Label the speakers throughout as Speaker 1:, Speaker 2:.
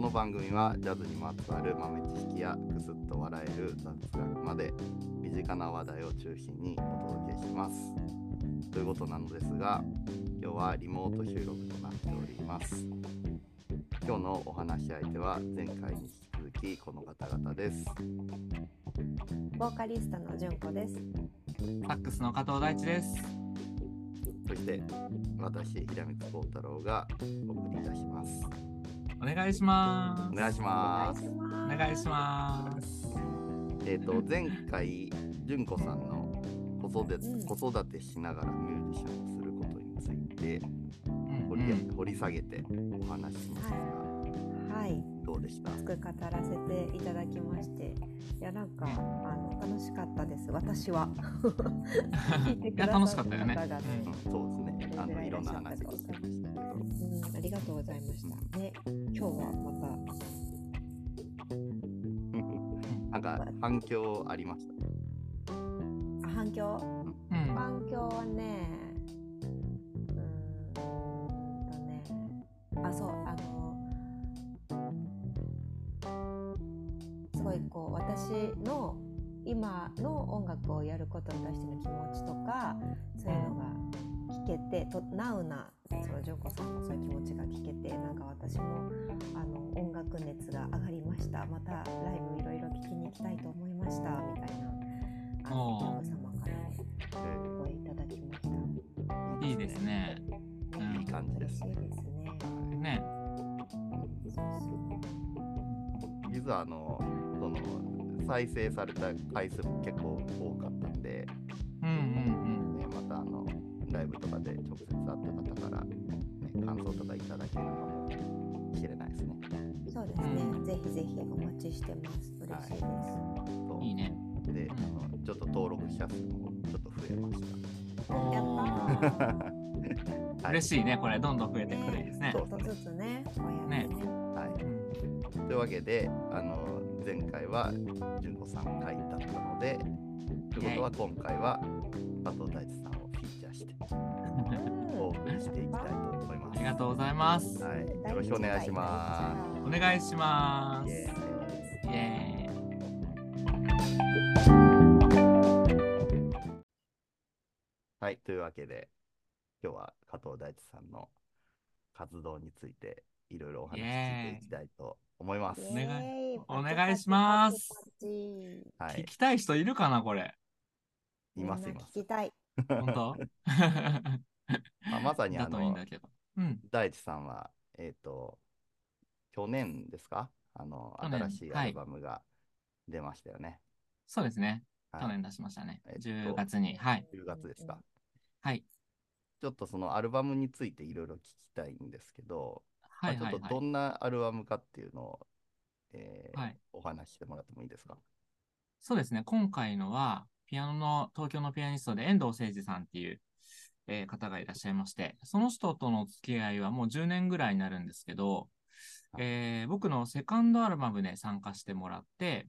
Speaker 1: の番組はジャズにまつわる豆知識やくすっと笑える雑学まで身近な話題を中心にお届けします。ということなのですが今日はリモート収録となっております。今日のお話し相手は前回に引き続きこの方々です。
Speaker 2: ボーカリストの純子です。
Speaker 3: サックスの加藤大地です。
Speaker 1: そして私平光光太郎がお送りいたします。
Speaker 3: お願いしま
Speaker 1: お
Speaker 3: す。
Speaker 1: 願いし
Speaker 2: お
Speaker 1: ます。
Speaker 3: お
Speaker 2: ま
Speaker 3: 願いします。
Speaker 1: えっ、と前回純子さんの子育て、
Speaker 2: うん
Speaker 1: 子育てしながらミュージシャンをすることについて掘り,、掘り下げてお話ししましたが、
Speaker 2: はい、
Speaker 1: どうでした？
Speaker 2: 熱く語らせていただきまして、いやなんかあ
Speaker 3: ね
Speaker 2: の楽しかったです。私は聞いて
Speaker 3: い
Speaker 2: く
Speaker 3: や
Speaker 2: ださ
Speaker 3: 楽
Speaker 2: っ
Speaker 3: したかっ
Speaker 2: 方
Speaker 3: た
Speaker 2: が
Speaker 3: よね。
Speaker 1: うん、そうですね。あのいろんな話聞きましたけど、
Speaker 2: うん、ありがとうございました。ね、今日はまた
Speaker 1: なんか反響ありました。
Speaker 2: あ反響
Speaker 3: うん。うん
Speaker 2: 反響はねうーんとねあそうあのすごいこう私の今の音楽をやることに対しての気持ちとかそういうのが聞けてとナウなそのジョコさんのそういう気持ちが聞けてなんか私もあの音楽熱が上がりましたまたライブいろいろ聞きに行きたいと思いましたみたいなあの
Speaker 3: おー
Speaker 2: お客様からね
Speaker 1: え
Speaker 2: ごいただきました。
Speaker 1: ー
Speaker 3: いいです。ね。うん
Speaker 1: いい感じです
Speaker 2: 嬉
Speaker 1: ね
Speaker 2: しいですね。
Speaker 3: ね。
Speaker 2: そうそう
Speaker 1: 実はあのその再生された回数も結構多かったんで、
Speaker 3: うんうん
Speaker 1: ね、またあのライブとかで直接会った方から、ね、感想とかいただけるのかもしれないですね。
Speaker 2: そうですね、
Speaker 3: うん
Speaker 2: ぜひぜひお待ちしてます。嬉しいです。
Speaker 1: そ
Speaker 3: うん。
Speaker 1: う
Speaker 3: いいね。
Speaker 1: で、あのちょっと登録者数もちょっと増えまし
Speaker 2: や ったー。
Speaker 1: た。
Speaker 3: 嬉
Speaker 1: し
Speaker 3: しいね。これどんどん増えていくといい
Speaker 2: ね
Speaker 3: ですね
Speaker 2: ち。ょっとずつね、こうやってね。。
Speaker 1: い。はい
Speaker 3: うん
Speaker 1: というわけであの前回は純子さん回だったのでということは今回は加藤大地さんをフィーチャーして お送りしていきたいと思いま
Speaker 3: あ
Speaker 1: す。
Speaker 3: りがとうございます。
Speaker 1: はい、よろしくお願いします。
Speaker 3: お願いしますす。
Speaker 1: イエ
Speaker 3: イ
Speaker 1: ーイ
Speaker 3: エーイ。
Speaker 1: はい、というわけで今日は加藤大地さんの活動についていろいろお話ししていきたいと思います。
Speaker 3: イエーイお願い
Speaker 2: イエーイ
Speaker 3: お願いします。
Speaker 2: パチパチパチ
Speaker 1: は
Speaker 3: 聞
Speaker 1: い、
Speaker 3: きたい人いるかなこれ。
Speaker 1: いますい
Speaker 2: みん
Speaker 1: ま
Speaker 2: な
Speaker 1: す。
Speaker 2: 聞きたい。
Speaker 3: 本当。
Speaker 1: まあ、まさにあ
Speaker 3: だといいん
Speaker 1: の
Speaker 3: だけど。うん。
Speaker 1: 大地さんは、えっ、と、去年ですかあの、
Speaker 3: 去年
Speaker 1: 新しい
Speaker 3: は
Speaker 1: ア
Speaker 3: い
Speaker 1: ルバムが出ましたよね。
Speaker 3: そうですね。
Speaker 1: はい
Speaker 3: 去年出しましたね
Speaker 1: えっ。と
Speaker 3: 10月に。はい。
Speaker 1: 10月ですか。
Speaker 3: はい。
Speaker 1: ちょっとそのアルバムについていろいろ聞きたいんですけど、ま
Speaker 3: は
Speaker 1: あ
Speaker 3: い
Speaker 1: ちょ
Speaker 3: は
Speaker 1: っ
Speaker 3: い
Speaker 1: と
Speaker 3: はい
Speaker 1: ど。んなアルバムかっていうのを、えー
Speaker 3: はい
Speaker 1: お話ししてもらってもいいですか
Speaker 3: そうですね、今回のは、ピアノの、東京のピアニストで遠藤誠二さんっていう、えー方がいらっしゃいまして、その人との付き合いはもう10年ぐらいになるんですけど、えー僕のセカンドアルバムで参加してもらって、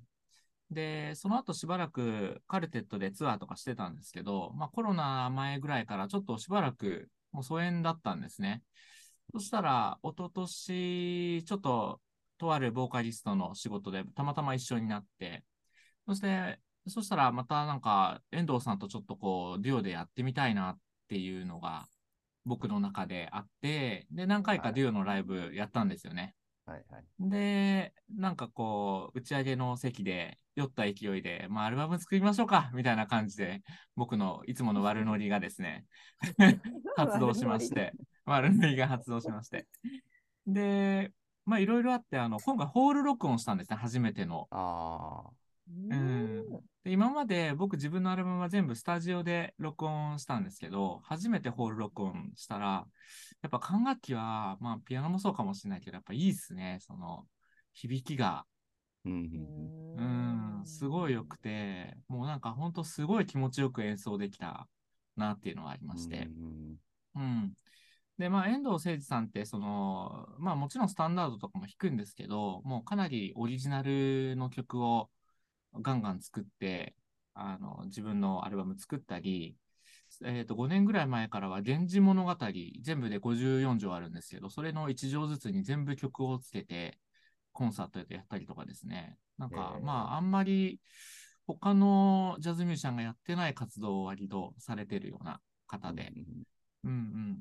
Speaker 3: で、その後しばらくカルテットでツアーとかしてたんですけど、まあコロナ前ぐらいからちょっとしばらくもう疎遠だったんですね。そしたら、一昨年ちょっととあるボーカリストの仕事でたまたま一緒になって、そして、そしたらまたなんか、遠藤さんとちょっとこう、デュオでやってみたいなっていうのが、僕の中であって、で、何回
Speaker 1: は
Speaker 3: か
Speaker 1: い
Speaker 3: デュオのライブやったんですよね。
Speaker 1: はいはい。
Speaker 3: で、なんかこう、打ち上げの席で酔った勢いで、まあ、アルバム作りましょうかみたいな感じで、僕のいつもの悪ノリがですね、発動しまし。て、悪ノリが発動しまして。で、まあ、いろいろあって、あの、今回ホール録音したんですね、初めての。
Speaker 1: あ
Speaker 2: うん
Speaker 3: で今まで僕自分のアルバムは全部スタジオで録音したんですけど、初めてホール録音したら、やっぱ管楽器は、まあピアノもそうかもしれないけど、やっぱいいっすね、その響きが。
Speaker 1: ーうんうんうん。
Speaker 3: うん、すごい良くて、もうなんかほんとすごい気持ちよく演奏できたなっていうのがありまして。
Speaker 1: うん
Speaker 3: うん。で、まあ、遠藤誠司さんって、その、まあ、もちろんスタンダードとかも弾くんですけど、もうかなりオリジナルの曲をガンガン作って、あの、自分のアルバム作ったり、えっと、5年ぐらい前からは、源氏物語、全部で54条あるんですけど、それの1条ずつに全部曲をつけて、コンサートでやったりとかですね。なんか、
Speaker 1: えー
Speaker 3: まあ、あんまり他のジャズミュージシャンがやってない活動を割とされてるような方で、うんうん。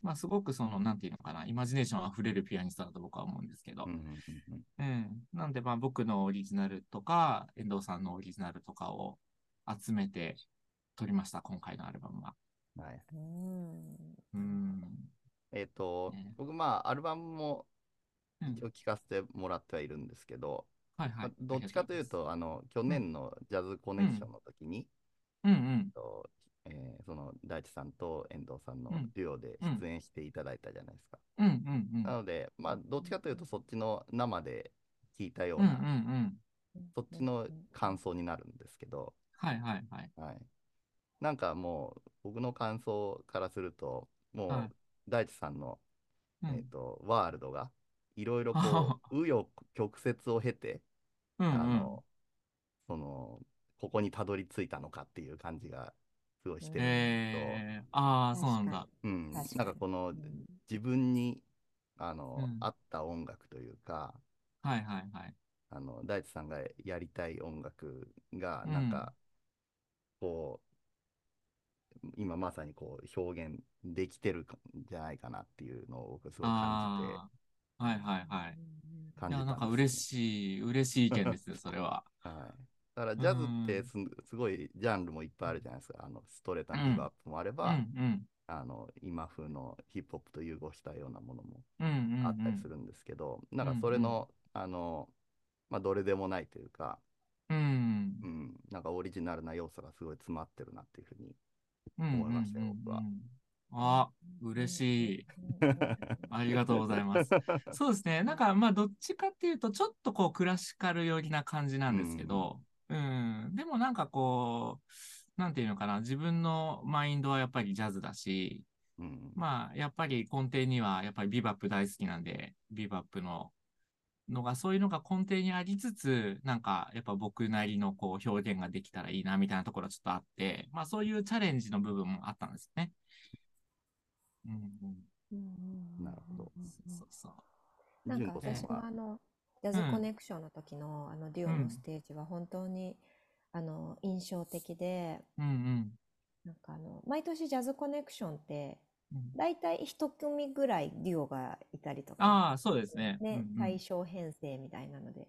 Speaker 3: まあ、すごくその、なんていうのかな、イマジネーションあふれるピアニストだと僕は思うんですけど
Speaker 1: うん、うんうん
Speaker 3: うん。なんで、まあ、僕のオリジナルとか、遠藤さんのオリジナルとかを集めて撮りました、今回のアルバムは。
Speaker 1: うんはい、
Speaker 2: うん。
Speaker 3: うん。
Speaker 1: えっ、と、
Speaker 3: ね
Speaker 1: 僕まあアルバムも
Speaker 3: うん
Speaker 1: 一応聴かせてもらってはいるんですけど、
Speaker 3: はい
Speaker 1: ま
Speaker 3: は
Speaker 1: あ
Speaker 3: い。
Speaker 1: どっちかというとあの去年のジャズコネクションの時に、
Speaker 3: ありがとうございます、
Speaker 1: とえーその大地さんと遠藤さんの
Speaker 3: うん
Speaker 1: デュオで出演していただいたじゃないですか。
Speaker 3: うんうん。うんうんうん。
Speaker 1: なので、まあ、どっちかというとそっちの生で聴いたよう
Speaker 3: うんうんう
Speaker 1: な、
Speaker 3: ん。
Speaker 1: そっちの感想になるんですけど、
Speaker 3: はいはいはい。
Speaker 1: はい、なんかもう僕の感想からするとも
Speaker 3: はいう
Speaker 1: 大地さんの、
Speaker 3: うん
Speaker 1: えー、とワールドがいろい ろこう紆余曲折を経て、
Speaker 3: うんうん
Speaker 1: あのそのここにたどり着いたのかっていう感じがすごいしてるんですけど、
Speaker 3: えー、ああ、そうなんだ。
Speaker 1: うん、なん
Speaker 2: 確かに
Speaker 1: かこの
Speaker 2: うん
Speaker 1: 自分にあの、
Speaker 3: うん
Speaker 1: 合った音楽というか
Speaker 3: はいはいはい。
Speaker 1: あの大地さんがやりたい音楽が
Speaker 3: うん
Speaker 1: なんか、こう今まさにこう表現できてるかんじゃないかなっていうのを僕すごい感じて
Speaker 3: ああ、はいはいはい。
Speaker 1: 感
Speaker 3: い
Speaker 1: じた
Speaker 3: や、
Speaker 1: ん
Speaker 3: なんか嬉
Speaker 1: い、
Speaker 3: しい、嬉しい意見ですよ、それは。
Speaker 1: はい、だからジャズって
Speaker 3: うん
Speaker 1: す,、すごいジャンルもいっぱいあるじゃないですかあのストレートな
Speaker 3: うん
Speaker 1: ビブアップもあれ
Speaker 3: う
Speaker 1: ば、
Speaker 3: ん
Speaker 1: あの今風のヒップホップと融合したようなものも
Speaker 3: うん。うんうんうん。
Speaker 1: あったりするんですけど、なんか
Speaker 3: うん
Speaker 1: それの、あの、まあ、どれでもないというか、
Speaker 3: うん。
Speaker 1: うん、なんかオリジナルな要素がすごい詰まってるなっていうふうに。
Speaker 3: 思
Speaker 1: いましたよ僕は。
Speaker 3: あ、嬉しい。ありがとうござ います。そうですね。なんか、まあ、どっちかっていうと、ちょっとこう、クラシカル寄りな感じなんですけど、うん。でもなんかこう、なんていうのかな、自分のマインドはやっぱりジャズだし、
Speaker 1: うん、
Speaker 3: まあ、やっぱり根底には、やっぱりビバップ大好きなんで、ビバップの、のが、そういうのが根底にありつつ、なんか、やっぱ僕なりのこう、表現ができたらいいな、みたいなところはちょっとあって、まあ、そういうチャレンジの部分もあったんですね。うんうん。
Speaker 1: なるほど
Speaker 3: そうそう。
Speaker 2: なん
Speaker 1: 純
Speaker 2: か
Speaker 1: 子さん
Speaker 2: 私も
Speaker 1: は
Speaker 2: あ。の、ジャズコネクションの時の、あの、デュオのステージは本当に、あの、印象的で、
Speaker 3: うんうん。
Speaker 2: なんかあの、毎年ジャズコネクションって、
Speaker 3: うん
Speaker 2: 大体一組ぐらいデュオがいたりとか、
Speaker 3: ああ、そうですね。
Speaker 2: ね、
Speaker 3: うんうん
Speaker 2: 対象編成みたいなので。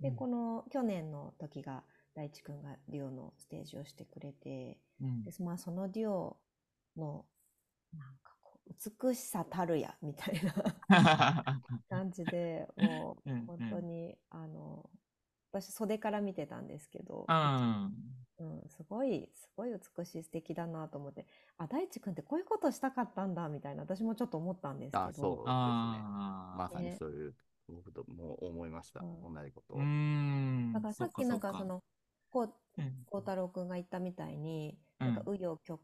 Speaker 2: で、
Speaker 3: うん
Speaker 2: この去年の時が、大地くんがデュオのステージをしてくれて、
Speaker 3: う ん
Speaker 2: で、まあそのデュオの、なんかこう、美しさたるや、みたいな感じで、もう
Speaker 3: うんうん、
Speaker 2: 本当に、あの、私袖から見てたんですけど、
Speaker 3: うん。
Speaker 2: うん、すごい、すごい美しい素敵だなと思って、あ、大地くんってこういうことしたかったんだ、みたいな、私もちょっと思ったんですけ
Speaker 1: あ、そう
Speaker 2: ど、
Speaker 1: ですね。ま
Speaker 3: ああ。
Speaker 1: さにそういう、僕とも思いました。
Speaker 2: うん
Speaker 1: 同じことを。
Speaker 3: うーん。
Speaker 2: だからさっきなんかその、こう、
Speaker 3: うん、
Speaker 2: 孝太郎くんが言ったみたいに、
Speaker 3: う
Speaker 2: なん
Speaker 3: ん
Speaker 2: か紆余曲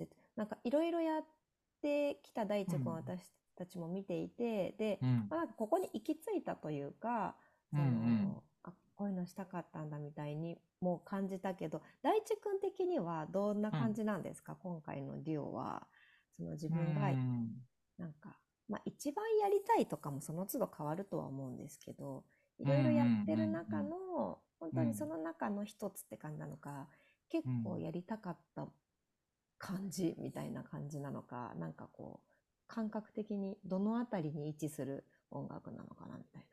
Speaker 2: 折、なんかいろいろやってきた大地君
Speaker 3: うん
Speaker 2: 私たちも見ていて、で、
Speaker 3: うん
Speaker 2: まあ、なんかここに行き着いたというか、その、
Speaker 3: うんうん
Speaker 2: あ、こういうのしたかったんだみたいにもう感じたけど、大地君的にはどんな感じなんですか、今回のデュオは。その自分が、
Speaker 3: うん
Speaker 2: なんか、まあ一番やりたいとかもその都度変わるとは思うんですけど、いろいろやってる中
Speaker 3: うんうん
Speaker 2: の、本当にその中の一つって感じなのか、結構やりたかった感じみたいな感じなのか、なんかこう、感覚的にどのあたりに位置する音楽なのかなみたい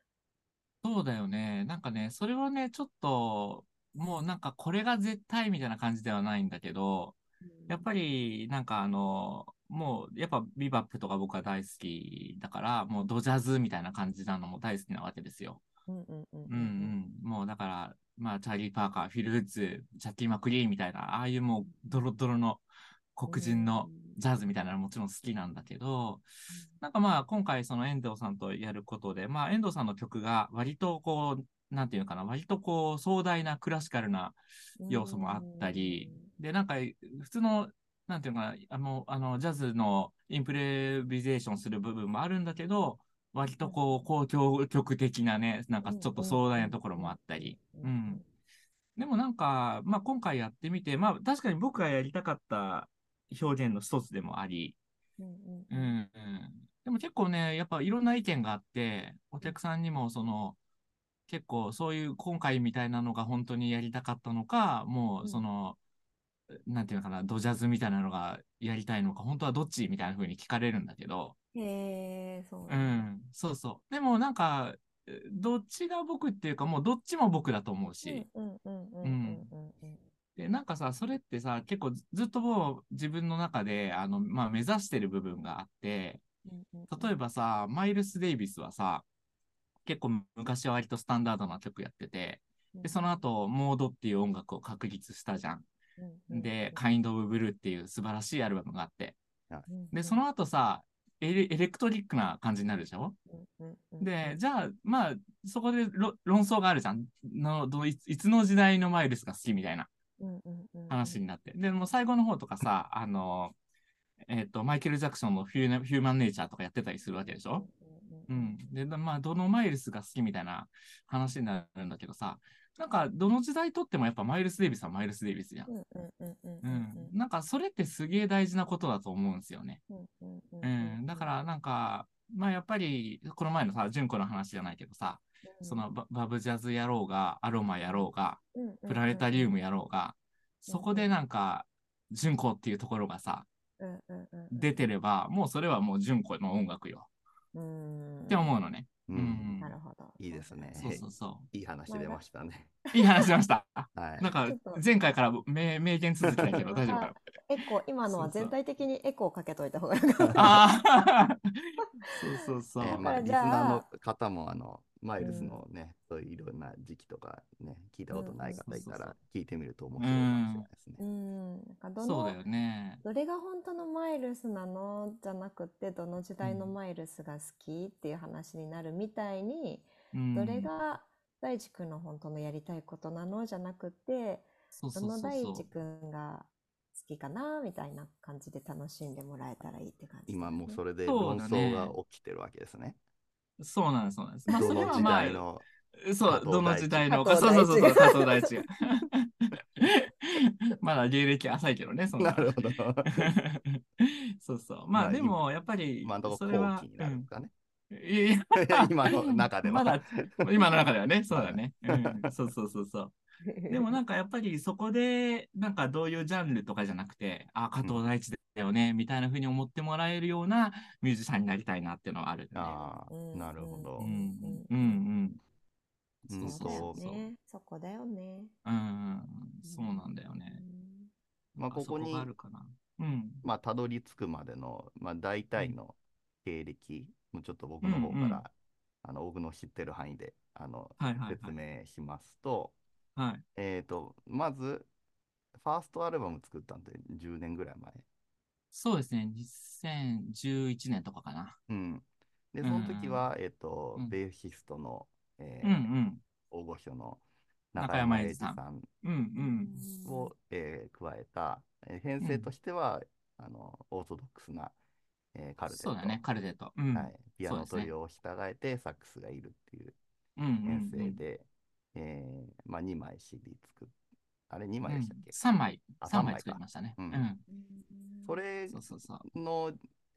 Speaker 3: そうだよね。なんかね、それはね、ちょっと、もうなんかこれが絶対みたいな感じではないんだけど、
Speaker 2: な。
Speaker 3: やっぱりなんかあの、もうやっぱビバップとか僕は大好きだから、もうドジャズみたいな感じなのも大好きなわけですよ。
Speaker 2: うんうんうん
Speaker 3: うんうん。もうだから、まあ、チャーリー・パーカー、フィル・フッツ、ジャッキー・マクリーンみたいな、ああいうもうドロドロの黒人のジャズみたいなのもちろん好きなんだけど、なんかまあ、今回その遠藤さんとやることで、まあ、遠藤さんの曲が割とこう、なんていうのかな、割とこう、壮大なクラシカルな、要素もあったりで、なんか、普通の、なんていうのかな、あの、あのジャズのインプレビゼーションする部分もあるんだけど、割とこう、交響曲的なね、なんかちょっと壮大なところもあったり、
Speaker 2: う
Speaker 3: うん。でもなんか、まあ今回やってみて、まあ確かに僕がやりたかった表現の一つでもあり、
Speaker 2: うんうん
Speaker 3: うん、うん。ででも結構ね、やっぱいろんな意見があって、お客さんにもその、結構そういう今回みたいなのが本当にやりたかったのか、も
Speaker 2: うん
Speaker 3: うその、なんていうのかな、ドジャズみたいなのがやりたいのか、本当はどっちみたいな風に聞かれるんだけど、
Speaker 2: へえ、そう
Speaker 3: う
Speaker 2: なんだ。
Speaker 3: ん、そうそう。でもなんか、えどっちが僕っていうか、もうどっちも僕だと思うし、
Speaker 2: うんうんうんうんうんうんうん。
Speaker 3: で、なんかさ、それってさ、結構ずずっともう自分の中で、あの、まあ、目指してる部分があって、
Speaker 2: うんうん
Speaker 3: 例えばさ、マイルス・デイビスはさ、結構昔は割とスタンダードな曲やってて、
Speaker 2: うん
Speaker 3: で、その後、モードっていう音楽を確立したじゃん。で、
Speaker 2: か
Speaker 3: Kind of Blue っていう素晴らしいアルバムがあって。で、そ
Speaker 2: の
Speaker 3: の後さ、エレエレクトリックな感じになるでしょで、じゃあ、まあ、そこでろ論争があるじゃん。のどいついつの時代のマイルスが好きみたいな。話になって。で、もう最後の方とかさ、あの、えっ、と、マイケル・ジャクソンのヒューナヒューマン・ネイチャーとかやってたりするわけでしょうん。で、なまあ、どのマイルスが好きみたいな話になるんだけどさ、なんか、どの時代とってもやっぱマイルス・デイビスはマイルス・デイビスじゃん。うん。なんか、それってすげえ大事なことだと思うんですよね。うん。だから、なんか、まあ、やっぱり、この前のさ、純子の話じゃないけどさ、そのババブジャズやろうが、アロマやろうが、プラネタリウムやろう
Speaker 2: う
Speaker 3: が、
Speaker 2: ん
Speaker 3: そこでなんか、純子っていうところがさ、出てれば、もうそれはもう純子の音楽よ。って思うのね。
Speaker 1: う。
Speaker 3: うんん
Speaker 2: な。るほど
Speaker 1: いいですね
Speaker 3: そうそうそ
Speaker 1: いい話出ましたね。
Speaker 3: う。いい話しました。
Speaker 1: はい
Speaker 3: なん。か
Speaker 2: ちょっと、
Speaker 3: 前回から名名言続きだ けど、大丈夫かな。
Speaker 2: エコー今のは
Speaker 3: そうそう
Speaker 2: 全体的にエコーをかけといた方がいいかな
Speaker 3: ああそうそうそう。
Speaker 1: えーまあ、
Speaker 2: だから
Speaker 1: リ
Speaker 2: じ
Speaker 1: ス
Speaker 2: ゃあ
Speaker 1: ナーの方もあのマイルスのね、そういういろんな時期とかね聞いたことない方いたら聞いてみると面白いかもしれないですね。
Speaker 2: うんなんかど
Speaker 3: そうだ
Speaker 2: の
Speaker 3: よね。
Speaker 2: どれが本当のマイルスなのじゃなくてどの時代のマイルスが好きっていう話になるみたいに
Speaker 3: うん
Speaker 2: どれが大地君の本当のやりたいことなのじゃなくて
Speaker 3: そう
Speaker 2: ど
Speaker 3: そうそ
Speaker 2: の
Speaker 3: う
Speaker 2: 大
Speaker 3: そ
Speaker 2: 地君が好きかなみたいな感じで楽しんでもらえたらいいって感じ、
Speaker 1: 今もうそれで
Speaker 3: そ
Speaker 1: 論
Speaker 3: うだ
Speaker 1: 争
Speaker 3: ね
Speaker 1: が起きれてるわけですね。
Speaker 3: う。そうなんです、そうなんです。まあ、
Speaker 1: ど
Speaker 3: それ
Speaker 1: の
Speaker 3: は
Speaker 1: 時
Speaker 3: ま
Speaker 1: 代
Speaker 3: あ、
Speaker 1: の、
Speaker 3: そう、どの
Speaker 1: 加藤大地
Speaker 3: 時代の
Speaker 2: 加
Speaker 3: か、
Speaker 2: 藤
Speaker 3: そうそうそう、
Speaker 2: 大地
Speaker 3: そう加藤大地 が。まだ芸歴浅いけどね、そ ん
Speaker 1: な
Speaker 3: な。
Speaker 1: るほど。
Speaker 3: そうそう。ま
Speaker 1: まあ
Speaker 3: あでも、やっぱり
Speaker 1: 今の、とこ
Speaker 3: それ
Speaker 1: ろ
Speaker 3: は
Speaker 1: 後期、になるんですかね。
Speaker 3: うんいやい や
Speaker 1: 今の中では。
Speaker 3: まだ、今の中ではね、そうだね。うん、 そうそうそうそう。でもなんかやっぱりそこで、なんかどういうジャンルとかじゃなくて、あ、加藤大地だよね、みたいな風に思ってもらえるようなミュージシャンになりたいなっていうのはあるんで。
Speaker 1: ああ、
Speaker 2: うん
Speaker 1: なるほど
Speaker 3: う
Speaker 2: うんん、
Speaker 3: うん、うん。
Speaker 1: うん
Speaker 2: そうだよねそこだよね
Speaker 3: うん、そうなんだよね。
Speaker 1: まあここに
Speaker 3: そがあるかな。うん。
Speaker 1: まあたどり着くまでの、まあ、大体の経歴もちょっと僕の方から、
Speaker 3: うんうん
Speaker 1: あの僕の知ってる範囲であの、
Speaker 3: はいはい
Speaker 1: 説明しますと、
Speaker 3: はい。はい。
Speaker 1: えっ、とまずファーストアルバム作ったんで10年ぐらい前。
Speaker 3: そうですね、2011年とかかな。
Speaker 1: うん、でその時は、えっ、と、
Speaker 3: うん
Speaker 1: ベーシストの、えー
Speaker 3: うん
Speaker 1: 大御所の
Speaker 3: 中
Speaker 1: 中
Speaker 3: 山
Speaker 1: 山
Speaker 3: 英
Speaker 1: 英
Speaker 3: 二
Speaker 1: 二
Speaker 3: さ
Speaker 1: さ
Speaker 3: ん
Speaker 1: ん
Speaker 3: うん。うん
Speaker 1: を、えー加えた、えー編成としては、あのオーソドックスな、えー
Speaker 3: う
Speaker 1: カ
Speaker 3: ん。
Speaker 1: ルテッ
Speaker 3: そ
Speaker 1: ト
Speaker 3: うだね、カルテット。うん。
Speaker 1: はい、ピアノト
Speaker 3: そうですね
Speaker 1: リオを従えてサックスがいるっていう
Speaker 3: うんうんうん
Speaker 1: 編成で、えーまあ、2枚 CD 作っあれ2枚でしたっけ、
Speaker 3: 3枚、
Speaker 1: あ
Speaker 3: 三
Speaker 1: 三枚
Speaker 3: 枚
Speaker 1: か
Speaker 3: 作りましたね。
Speaker 1: う
Speaker 3: うんん。
Speaker 1: それ
Speaker 3: そうそうそう。
Speaker 1: の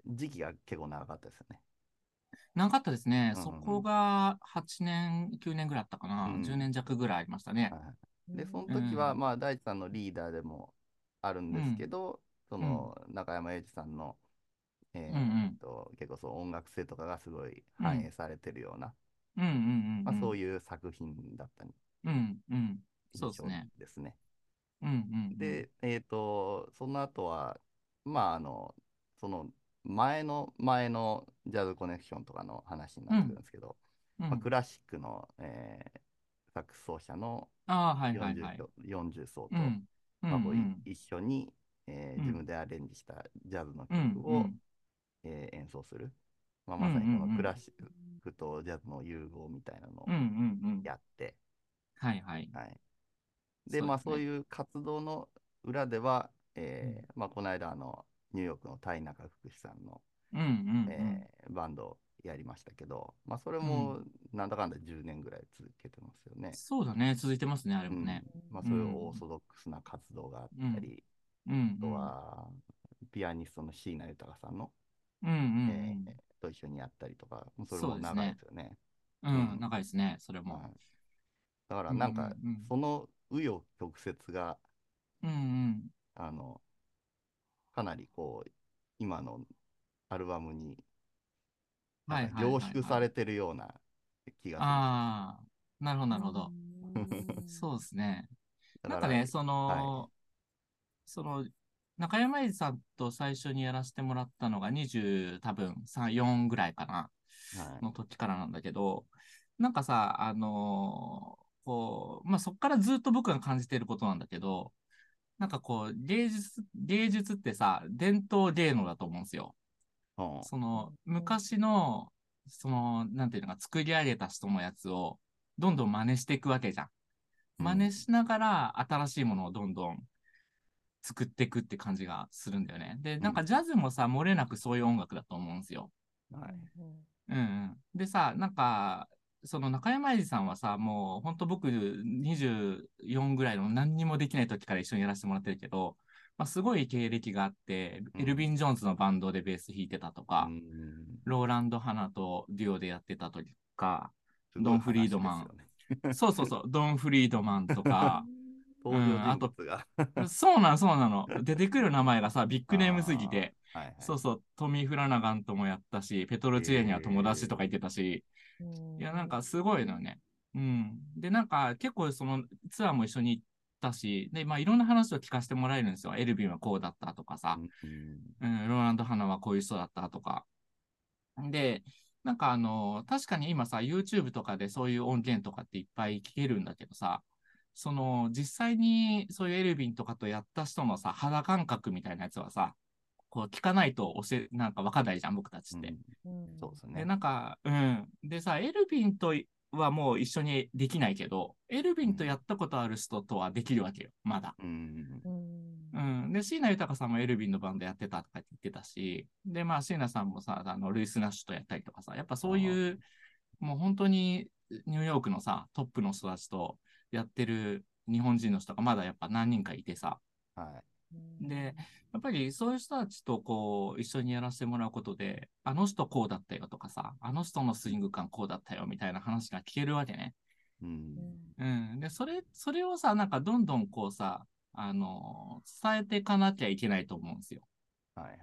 Speaker 1: 時期が結構長かったですよね。
Speaker 3: なかったですね。
Speaker 1: うん
Speaker 3: そこが8年、9年ぐらいあったかな。
Speaker 1: うん
Speaker 3: 10年弱ぐらいありましたね
Speaker 1: は。い、でその時は、
Speaker 3: うん
Speaker 1: まあ、大地さんのリーダーでもあるんですけど、その中山英二さんの、えー
Speaker 3: うんうん
Speaker 1: と結構そう音楽性とかがすごい反映されてるような、
Speaker 3: うんうんうん。
Speaker 1: まあ、そう
Speaker 3: い
Speaker 1: いう作品だったん
Speaker 3: うん。うんうん。そう
Speaker 1: 印
Speaker 3: です
Speaker 1: 象
Speaker 3: ね。
Speaker 1: ですね。
Speaker 3: うんうん。、
Speaker 1: で、えっ、と、その後は、まあ、あの、その前の前のジャズコネクションとかの話になってくるんですけど、
Speaker 3: うん
Speaker 1: まあ、クラシックの、えーサックス奏者の
Speaker 3: ああ、はいはいは
Speaker 1: 40,
Speaker 3: い
Speaker 1: と。40層と、
Speaker 3: うん。うん
Speaker 1: まあこうい
Speaker 3: うん
Speaker 1: 一緒に、えー
Speaker 3: うん
Speaker 1: 自分でアレンジしたジャズの
Speaker 3: うんうん
Speaker 1: 曲を、えー演奏する、まあ、まさにこのクラシックとジャズの融合みたいなのを
Speaker 3: うんうんうん。
Speaker 1: やって、
Speaker 3: はいはい。
Speaker 1: はい、で
Speaker 3: そうですね
Speaker 1: まあそういう活動の裏では、えーまあ、この間あのニューヨークの田井中福士さんの、
Speaker 3: うんうんうん。
Speaker 1: えーバンドをやりましたけど、まあ、それもなんだかんだ10年ぐらい続けてますよね。
Speaker 3: そうだね。続いてますね、あれもね。
Speaker 1: まあ、そういうオーソドックスな活動があったり、
Speaker 3: うん。
Speaker 1: あとはピアニストの椎名豊さんの、
Speaker 3: うんうんうん。
Speaker 1: えーと一緒にやったりとか、もうそれ
Speaker 3: そ
Speaker 1: も
Speaker 3: うですね
Speaker 1: 長いですよね。
Speaker 3: うん
Speaker 1: う、ん
Speaker 3: 長いですね、それ
Speaker 1: は
Speaker 3: も
Speaker 1: い。だからなんか、
Speaker 3: うんうんうん
Speaker 1: その紆余曲折が、
Speaker 3: うんうん。
Speaker 1: あの、かなりこう、今のアルバムに、
Speaker 3: はい
Speaker 1: なん
Speaker 3: はい
Speaker 1: か
Speaker 3: はいは
Speaker 1: 凝
Speaker 3: い
Speaker 1: 縮されてるような気がする。
Speaker 3: ああ、なるほど、なるほど。
Speaker 2: うん。
Speaker 3: そうですね。
Speaker 1: だ
Speaker 3: なん
Speaker 1: ら
Speaker 3: かね、その、その、中山英二さんと最初にやらせてもらったのが20多分3、4ぐらいかな、
Speaker 1: はい
Speaker 3: の時からなんだけど、なんかさ、あのーこう、まあ、そっからずっと僕が感じてることなんだけど、なんかこう、芸術、芸術ってさ、伝統芸能だと思うんですよ。
Speaker 1: うん
Speaker 3: その昔の、その、なんていうのか、作り上げた人のやつを、どんどん真似していくわけじゃん。
Speaker 1: うん
Speaker 3: 真似しながら、新しいものをどんどん作っていくって感じがするんだよね。で、なんかジャズもさ、漏れなくそういう音楽だと思うんですよ。
Speaker 1: はい
Speaker 3: うんうん。でさ、なんか、その中山英二さんはさ、もうほんと僕24ぐらいの何にもできない時から一緒にやらせてもらってるけど、まあ、すごい経歴があって、
Speaker 1: うん
Speaker 3: エルヴィン・ジョーンズのバンドでベース弾いてたとか、
Speaker 1: うん
Speaker 3: ローランド・ハナとデュオでやってたとか、
Speaker 1: すごい
Speaker 3: ドンフリードマン
Speaker 1: 話ですよね
Speaker 3: そうそうそう、ドン・フリードマンと か、
Speaker 1: 登場
Speaker 3: うんあ
Speaker 1: 人
Speaker 3: と
Speaker 1: 物が。
Speaker 3: そうなの、そうなの。出てくる名前がさ、ビッグネームすぎて、
Speaker 1: はいはい
Speaker 3: そうそう、トミー・フラナガンともやったし、ペトロチエニア友達とか言ってたし、
Speaker 2: うん
Speaker 3: いや、なんかすごいのよね。うん。で、なんか結構そのツアーも一緒に行ったし、で、まあいろんな話を聞かせてもらえるんですよ。エルヴィンはこうだったとかさ、
Speaker 1: うん
Speaker 3: うん、ローランド・ハナはこういう人だったとか。で、なんかあの、確かに今さ、YouTube とかでそういう音源とかっていっぱい聞けるんだけどさ、その、実際にそういうエルヴィンとかとやった人のさ、肌感覚みたいなやつはさ、こう聞かないと教え、なんかわかんないじゃん、僕たちって。
Speaker 2: うん
Speaker 1: そうです
Speaker 3: で、
Speaker 1: ね。
Speaker 3: なんか、うん。でさ、エルヴィンとはもう一緒にできないけど、エルヴィンとやったことある人とはできるわけよ、まだ。
Speaker 1: うん
Speaker 2: うん
Speaker 3: うん。で、椎名豊さんもエルヴィンのバンドやってたとかって言ってたし、で、まあ、椎名さんもさ、あの、ルイス・ナッシュとやったりとかさ、やっぱそういう、もう本当にニューヨークのさ、トップの人たちとやってる日本人の人がまだやっぱ何人かいてさ、
Speaker 1: はい
Speaker 3: で、やっぱりそういう人たちとこう、一緒にやらせてもらうことで、あの人こうだったよとかさ、あの人のスイング感こうだったよみたいな話が聞けるわけね。
Speaker 1: うん
Speaker 3: うん。で、それ、それをさ、なんかどんどんこうさ、あのー伝えていかなきゃいけないと思うんですよ。
Speaker 1: はいはい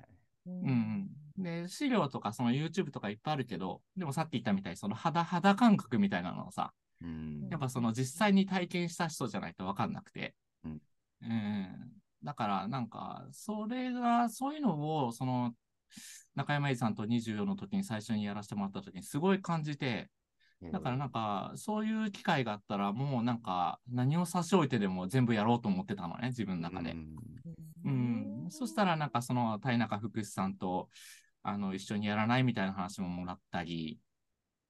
Speaker 3: うんうん。で、資料とかその YouTube とかいっぱいあるけど、でもさっき言ったみたいにその肌、肌感覚みたいなのをさ、
Speaker 1: うん
Speaker 3: やっぱその実際に体験した人じゃないとわかんなくて。
Speaker 1: うん。
Speaker 3: うん。だから、なんか、それが、そういうのを、その、中山英二さんと24の時に最初にやらせてもらった時にすごい感じて、だからなんか、そういう機会があったら、もうなんか、何を差し置いてでも全部やろうと思ってたのね、自分の中で
Speaker 1: う。ん
Speaker 3: うん。そしたらなんか、その、田井中福士さんと、あの、一緒にやらないみたいな話ももらったり、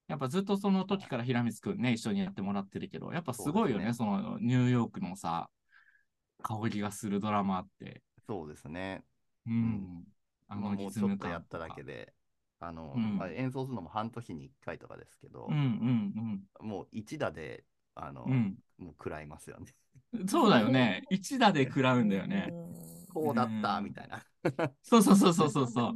Speaker 3: やっぱずっとその時から平光くんね、一緒にやってもらってるけど、やっぱすごいよね、そ
Speaker 1: そ
Speaker 3: の、ニューヨークのさ、香りがするドラマって。
Speaker 1: そうですね。
Speaker 3: うん。あ
Speaker 1: ま
Speaker 3: の
Speaker 1: あも
Speaker 3: リ
Speaker 1: う
Speaker 3: ズ
Speaker 1: ちょ
Speaker 3: ム
Speaker 1: っと
Speaker 3: 感
Speaker 1: やっただ
Speaker 3: とか
Speaker 1: けで、あの、
Speaker 3: うん
Speaker 1: まあ演奏するのも半年に1回とかですけど
Speaker 3: うん、うん
Speaker 1: もう一打で、あの
Speaker 3: う、ん。
Speaker 1: もう食らいますよね。
Speaker 3: うん。そうだよね。一打で食らうんだよね。。
Speaker 1: こうだった
Speaker 3: うん
Speaker 1: みたいな。
Speaker 3: そうそうそうそうそうそう。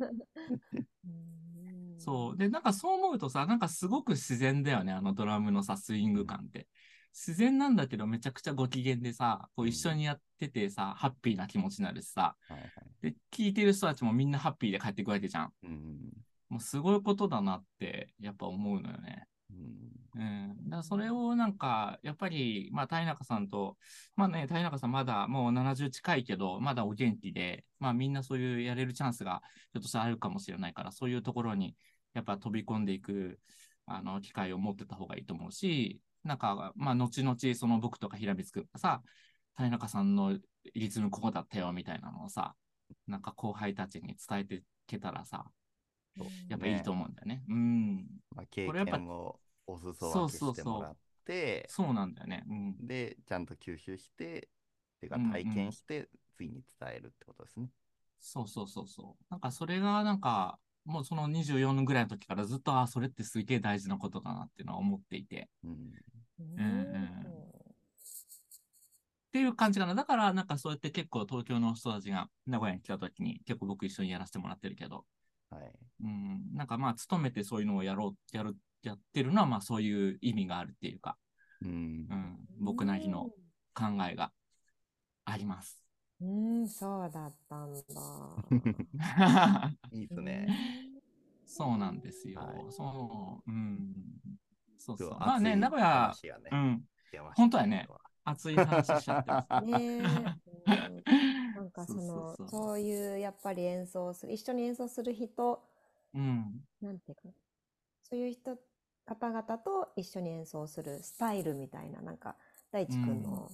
Speaker 3: そうう。で、なんかそう思うとさ、なんかすごく自然だよね、あのドラムのさ、スイング感って。自然なんだけど、めちゃくちゃご機嫌でさ、こう
Speaker 1: うん
Speaker 3: 一緒にやっててさ、ハッピーな気持ちになるしさ、
Speaker 1: はいはい
Speaker 3: で、聴いてる人たちもみんなハッピーで帰ってくわけじゃん。
Speaker 1: うん
Speaker 3: もうすごいことだなって、やっぱ思うのよね。
Speaker 1: うん
Speaker 3: うん。だからそれをなんか、やっぱり、まあ、田井中さんと、まあね、田井中さんまだもう70近いけど、まだお元気で、まあみんなそういうやれるチャンスがひょっとしたらあるかもしれないから、そういうところにやっぱ飛び込んでいく、あの、機会を持ってた方がいいと思うし、なんか、まあ、後々、その僕とか平光くんがさ、田井中さんのリズムこうだったよ、みたいなのをさ、なんか後輩たちに伝えていけたらさ、やっぱいいと思うんだよね。うん。
Speaker 1: まあ経
Speaker 3: これやっぱ
Speaker 1: 験をお裾分けしてもらって、
Speaker 3: そうなんだよね。うん。
Speaker 1: で、ちゃんと吸収して、てか
Speaker 3: うんうん
Speaker 1: 体験して、次に伝えるってことですね。
Speaker 3: そうそうそうそう。なんかそれがなんか、もうその24ぐらいの時からずっと、あ、それってすげえ大事なことだなっていうのは思っていて。
Speaker 1: うん
Speaker 3: っていう感じかな。だからなんかそうやって結構東京の人たちが名古屋に来た時に結構僕一緒にやらせてもらってるけど、
Speaker 1: はい。
Speaker 3: うん、なんかまあ、勤めてそういうのをやろう、やる、やってるのは、まあそういう意味があるっていうか、
Speaker 1: うん
Speaker 3: う。ん、僕なりの考えがあります。
Speaker 2: うん。うん、そうだったんだ。
Speaker 1: いいですね。
Speaker 3: そうなんですよ。
Speaker 1: はい
Speaker 3: そう、うん。そうそう。
Speaker 1: 今日
Speaker 3: まあね、
Speaker 1: 熱い
Speaker 3: 名古屋、
Speaker 1: 話がね
Speaker 3: うん、
Speaker 1: 出ました
Speaker 3: 本当やね。熱い話しちゃってます。
Speaker 2: うん。 ねえ。うんなんかそ
Speaker 3: そうそう
Speaker 2: の
Speaker 3: そう
Speaker 2: そういうやっぱり演奏する一緒に演奏する人
Speaker 3: うん、
Speaker 2: なんていうかなそういう人方々と一緒に演奏するスタイルみたいななんか大地君の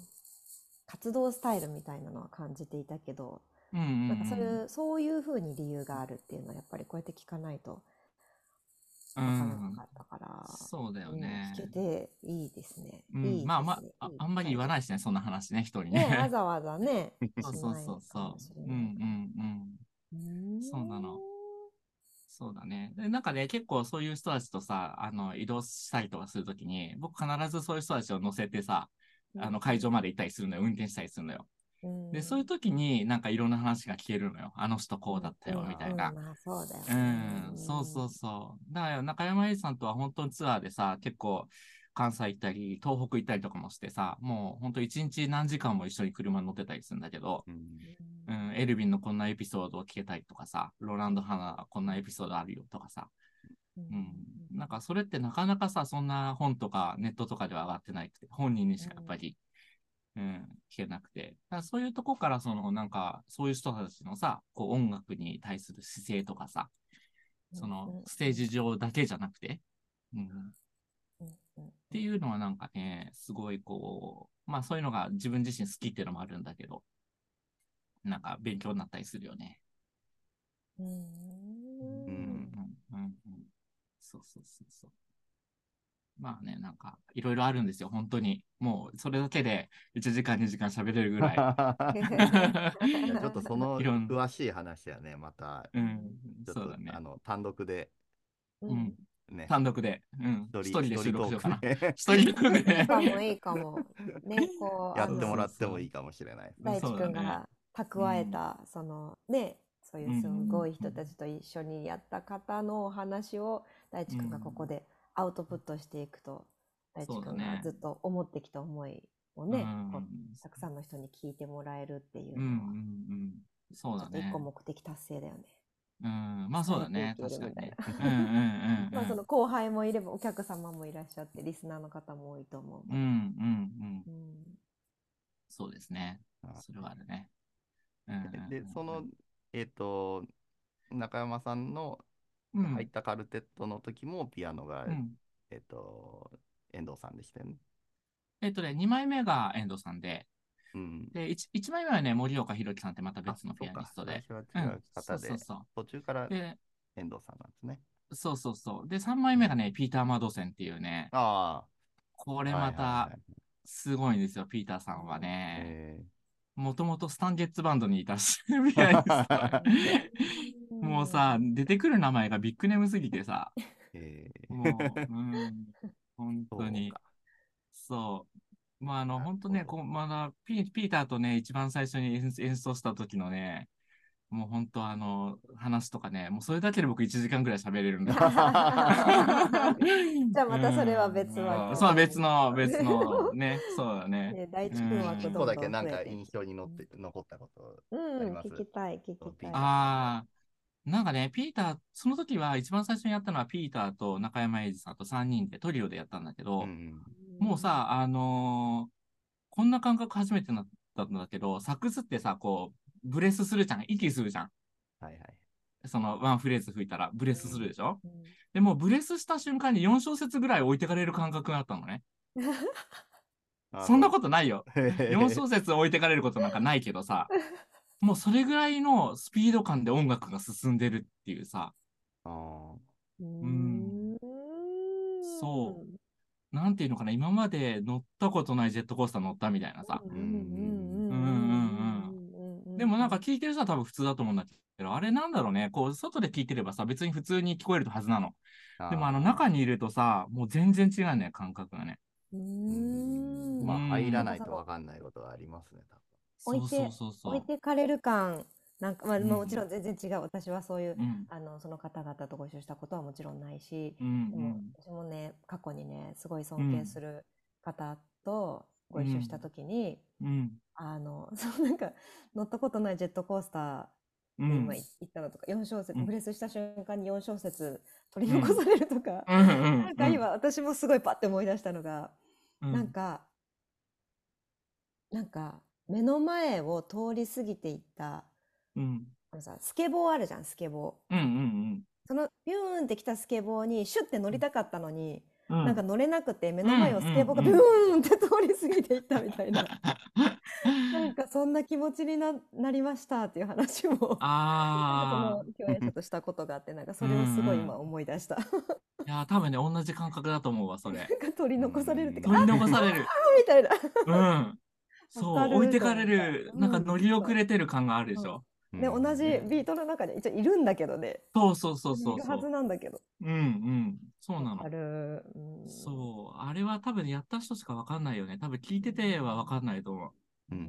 Speaker 2: 活動スタイルみたいなのは感じていたけど、
Speaker 3: うん、うん。
Speaker 2: なんかそういうそういう風に理由があるっていうのはやっぱりこうやって聞かないと
Speaker 3: う
Speaker 2: 分からなんかったから、
Speaker 3: そうだよ
Speaker 2: うん
Speaker 3: ね。
Speaker 2: 聞けていいですね。
Speaker 3: う
Speaker 2: いい
Speaker 3: ん、
Speaker 2: です
Speaker 3: まあま
Speaker 2: ね
Speaker 3: ああ
Speaker 2: いい、
Speaker 3: あんまり言わ
Speaker 2: な
Speaker 3: ないしね、そんな話ね、人に
Speaker 2: い。ねわ
Speaker 3: ね。
Speaker 2: ざわざね。
Speaker 3: そうそうそうそう。うんうんうん。そうなのそうだね。で、なんかね、結構そういう人たちとさ、あの、移動したりとかするときに、僕必ずそういう人たちを乗せてさ、あの、会場まで行ったりするのよ、運転したりするのよ。
Speaker 2: うん
Speaker 3: で、そういう時になんかいろんな話が聞けるのよ。あの人こうだったよ、みたいな
Speaker 2: うん。まあそうだよ
Speaker 3: う
Speaker 2: ね
Speaker 3: ん、そうそうそう。だから中山英二さんとは本当にツアーでさ、結構関西行ったり、東北行ったりとかもしてさ、もう本当一日何時間も一緒に車に乗ってたりするんだけど、
Speaker 1: うん
Speaker 2: う
Speaker 3: うんん、エルヴィンのこんなエピソードを聞けたりとかさ、ロランド・ハナこんなエピソードあるよとかさ、うん、なんかそれってなかなかさ、そんな本とかネットとかでは上がってないくて、本人にしかやっぱり、うん、聞けなくて。だからそういうとこから、そのなんか、そういう人たちのさ、こう音楽に対する姿勢とかさ、そ
Speaker 2: うんう
Speaker 3: の
Speaker 2: ん
Speaker 3: ステージ上だけじゃなくて、うん、っ
Speaker 2: うんうん
Speaker 3: ていうのはなんかね、すごいこう、まあそういうのが自分自身好きっていうのもあるんだけど、なんか勉強になったりするよね。
Speaker 2: う
Speaker 1: う
Speaker 3: う
Speaker 1: ん
Speaker 3: んうんうんうんそうそうそうそう。まあね、なんか、いろいろあるんですよ、本当に。もう、それだけで1時間、2時間喋れ るぐら
Speaker 1: い
Speaker 3: い。
Speaker 1: やちょっとその
Speaker 3: いろん
Speaker 1: 詳しい話はね、また、
Speaker 3: うん、
Speaker 1: ちょっ
Speaker 3: そう
Speaker 1: と、
Speaker 3: だね
Speaker 1: あ。の単独で
Speaker 2: う
Speaker 3: うんん、
Speaker 1: ね、
Speaker 3: 単独で。うん、一人で収録しようかな
Speaker 1: 一。人ト ーク
Speaker 2: い
Speaker 3: 一人で
Speaker 2: い
Speaker 3: ね
Speaker 2: かもいいかも。ね、こ
Speaker 1: で
Speaker 2: う、
Speaker 1: や
Speaker 2: あ
Speaker 1: って
Speaker 2: の
Speaker 1: もらってもいいかもしれないですね。
Speaker 2: 大地
Speaker 3: そう
Speaker 2: く
Speaker 3: だ
Speaker 2: ん
Speaker 3: ね
Speaker 2: が蓄えた、そのね、そういうすごい人たちと一緒にやった方のお話を大地くんがここでアウトプットしていくと、大地く
Speaker 3: そうんだ
Speaker 2: が
Speaker 3: ね
Speaker 2: ずっと思ってきた思いをね、
Speaker 3: うん
Speaker 2: こうたくさんの人に聞いてもらえるっていう
Speaker 3: うんうん
Speaker 2: のは、
Speaker 3: うん。そう
Speaker 2: ちょ
Speaker 3: だ
Speaker 2: っと一
Speaker 3: ね
Speaker 2: 個。目的達成だよね。
Speaker 3: うん、まあそうだね。
Speaker 2: 伝えて
Speaker 3: 確
Speaker 2: い
Speaker 3: かに
Speaker 2: ける
Speaker 3: ね
Speaker 2: み。
Speaker 3: うんうんうんうん。
Speaker 2: まあその後輩もいればお客様もいらっしゃってリスナーの方も多いと思う。
Speaker 3: うんうんうん。
Speaker 2: うん
Speaker 3: そうですね
Speaker 1: あ。
Speaker 3: それはあるね。うんうんうんうん
Speaker 1: で、その、、えっ、と、中山さんの
Speaker 3: うん
Speaker 1: 入ったカルテットの時もピアノが、
Speaker 3: うん
Speaker 1: えっ、と、遠藤さんでしたよね。
Speaker 3: えっとね、2枚目が遠藤さんで、
Speaker 1: うん。
Speaker 3: で、1, 枚目はね、森岡弘樹さんってまた別の
Speaker 1: あそ
Speaker 3: ピ
Speaker 1: う
Speaker 3: ア
Speaker 1: か
Speaker 3: ニストで。
Speaker 1: 最初
Speaker 3: う
Speaker 1: は違
Speaker 3: ん
Speaker 1: う、方で、
Speaker 3: そうそう
Speaker 1: 途中から
Speaker 3: そう。で、
Speaker 1: 遠藤さんなんですね。
Speaker 3: そうそうそう。で、3枚目がね、ピーター・マドセンっていうね、
Speaker 1: ああ。
Speaker 3: こ
Speaker 1: こ
Speaker 3: れまたすごいんですよ、ピーターさん
Speaker 1: は
Speaker 3: は
Speaker 1: いはいはい
Speaker 3: ね。
Speaker 1: え
Speaker 3: もともとスタンゲッツバンドにいたし、ピアニスト で もうさ、出てくる名前がビッグネームすぎてさ、
Speaker 1: ーえー
Speaker 3: もう、うん、本当に
Speaker 1: そう。か
Speaker 3: そう。まあ、あの、
Speaker 1: なる
Speaker 3: 本当
Speaker 1: ほ
Speaker 3: ね、
Speaker 1: ど
Speaker 3: こう、まだ、ピ、ピーターとね、一番最初に演演奏した時のね、もう本当あの、話とかね、もうそれだけで僕1時間ぐらい喋れる んだ。
Speaker 2: じゃあまたそれは別枠
Speaker 3: うんそう、別の、別の、ね、そうだね。
Speaker 2: ね大地君は
Speaker 3: うん
Speaker 2: ど
Speaker 1: 一
Speaker 2: んど
Speaker 1: 個
Speaker 2: ん
Speaker 1: だ
Speaker 2: 増
Speaker 1: けなんか
Speaker 2: えてい
Speaker 1: 印
Speaker 2: く
Speaker 1: 象に残って残ったこと。
Speaker 2: うん
Speaker 1: ります
Speaker 2: 聞きたい聞きたい
Speaker 3: ああ、なんかね、ピーター、その時は一番最初にやったのはピーターと中山英二さんと3人でトリオでやったんだけど、
Speaker 1: うん
Speaker 3: もうさ、あのーこんな感覚初めてなったんだけど、サックスってさ、こう、ブレスするじゃん。息するじゃん。
Speaker 1: はいはい。
Speaker 3: そのワンフレーズ吹いたらブレスするでしょ、
Speaker 2: うん
Speaker 3: でもうブレスした瞬間に4小節ぐらい置いてかれる感覚があったのね。
Speaker 1: あ
Speaker 3: そんなことないよ。
Speaker 1: と。
Speaker 3: 4小節置いてかれることなんかないけど さ、もうそれぐらいのスピード感で音楽が進んでるっていうさ、
Speaker 1: あ
Speaker 2: うん
Speaker 3: そなんていうのかな、今まで乗ったことないジェットコースター乗ったみたいなさ。
Speaker 2: うんうんうん
Speaker 3: うん
Speaker 2: うんうん
Speaker 3: でもなんか聞いてる人は多分普通だと思うんだけど、あれなんだろうね、こう外で聞いてればさ、別に普通に聞こえるはずなの。
Speaker 1: ー
Speaker 3: でもあの中にいるとさ、もう全然違うね、感覚がね。
Speaker 2: うん
Speaker 1: まあ
Speaker 3: うん
Speaker 1: 入らないとわかんないことはありますね。多
Speaker 2: 置
Speaker 3: そ
Speaker 2: いうて
Speaker 3: そうそうそ。
Speaker 2: 置いうてかれる感なんか、まあ、
Speaker 3: うん
Speaker 2: まあもちろん全然違う。私はそういう、
Speaker 3: うん。
Speaker 2: あの、その方々とご一緒したことはもちろんないし、
Speaker 3: う
Speaker 2: でも
Speaker 3: ん。
Speaker 2: 私もね、過去にね、すごい尊敬する方とご一緒したときに、
Speaker 3: うん。
Speaker 2: あの、そうなんか、乗ったことないジェットコースター、で
Speaker 3: うん。
Speaker 2: 今い言ったのとか、4小節、
Speaker 3: うん
Speaker 2: ブレスした瞬間に4小節取り残されるとか、
Speaker 3: うんうん
Speaker 2: なんか今私もすごいパッて思い出したのが、
Speaker 3: うん
Speaker 2: なんか、なんか、目の前を通り過ぎていった、
Speaker 3: うん
Speaker 2: あのさ、スケボーあるじゃん、スケボー。
Speaker 3: うんうん
Speaker 2: その、ビューンって来たスケボーに、シュッて乗りたかったのに、
Speaker 3: うん。
Speaker 2: なんか乗れなくて、目の前をスケボーが
Speaker 3: うん
Speaker 2: ビ
Speaker 3: うん
Speaker 2: ュ
Speaker 3: うん
Speaker 2: ーンって通り過ぎていったみた いな。なんかそんな気持ちにななりましたっていう話をなん
Speaker 3: ああ
Speaker 2: か。その共演者としたことがあってなんかそれをすごい今思い出した、
Speaker 3: いやー、多分ね、同じ感覚だと思う わ、それ。
Speaker 2: なんか取り残されるってか、
Speaker 1: うん
Speaker 2: あ
Speaker 3: 取り残される。
Speaker 2: みたいな、
Speaker 3: うん。そ
Speaker 2: わか
Speaker 3: う、
Speaker 2: る
Speaker 3: 置いてかれる、
Speaker 2: うん
Speaker 3: なんか乗り遅れてる感があるでしょ。
Speaker 2: ね、同じビートの中に一応いるんだけどね
Speaker 3: そうそうそうそ
Speaker 2: いうる
Speaker 3: そ
Speaker 2: はず
Speaker 3: う。
Speaker 2: なんだけど
Speaker 3: うんうん。そうな
Speaker 2: あ
Speaker 3: の。
Speaker 2: る、うん、
Speaker 3: そう。あれは多分やった人しかわかんないよね。多分聞いててはわかんないと思う。
Speaker 1: う
Speaker 2: うんん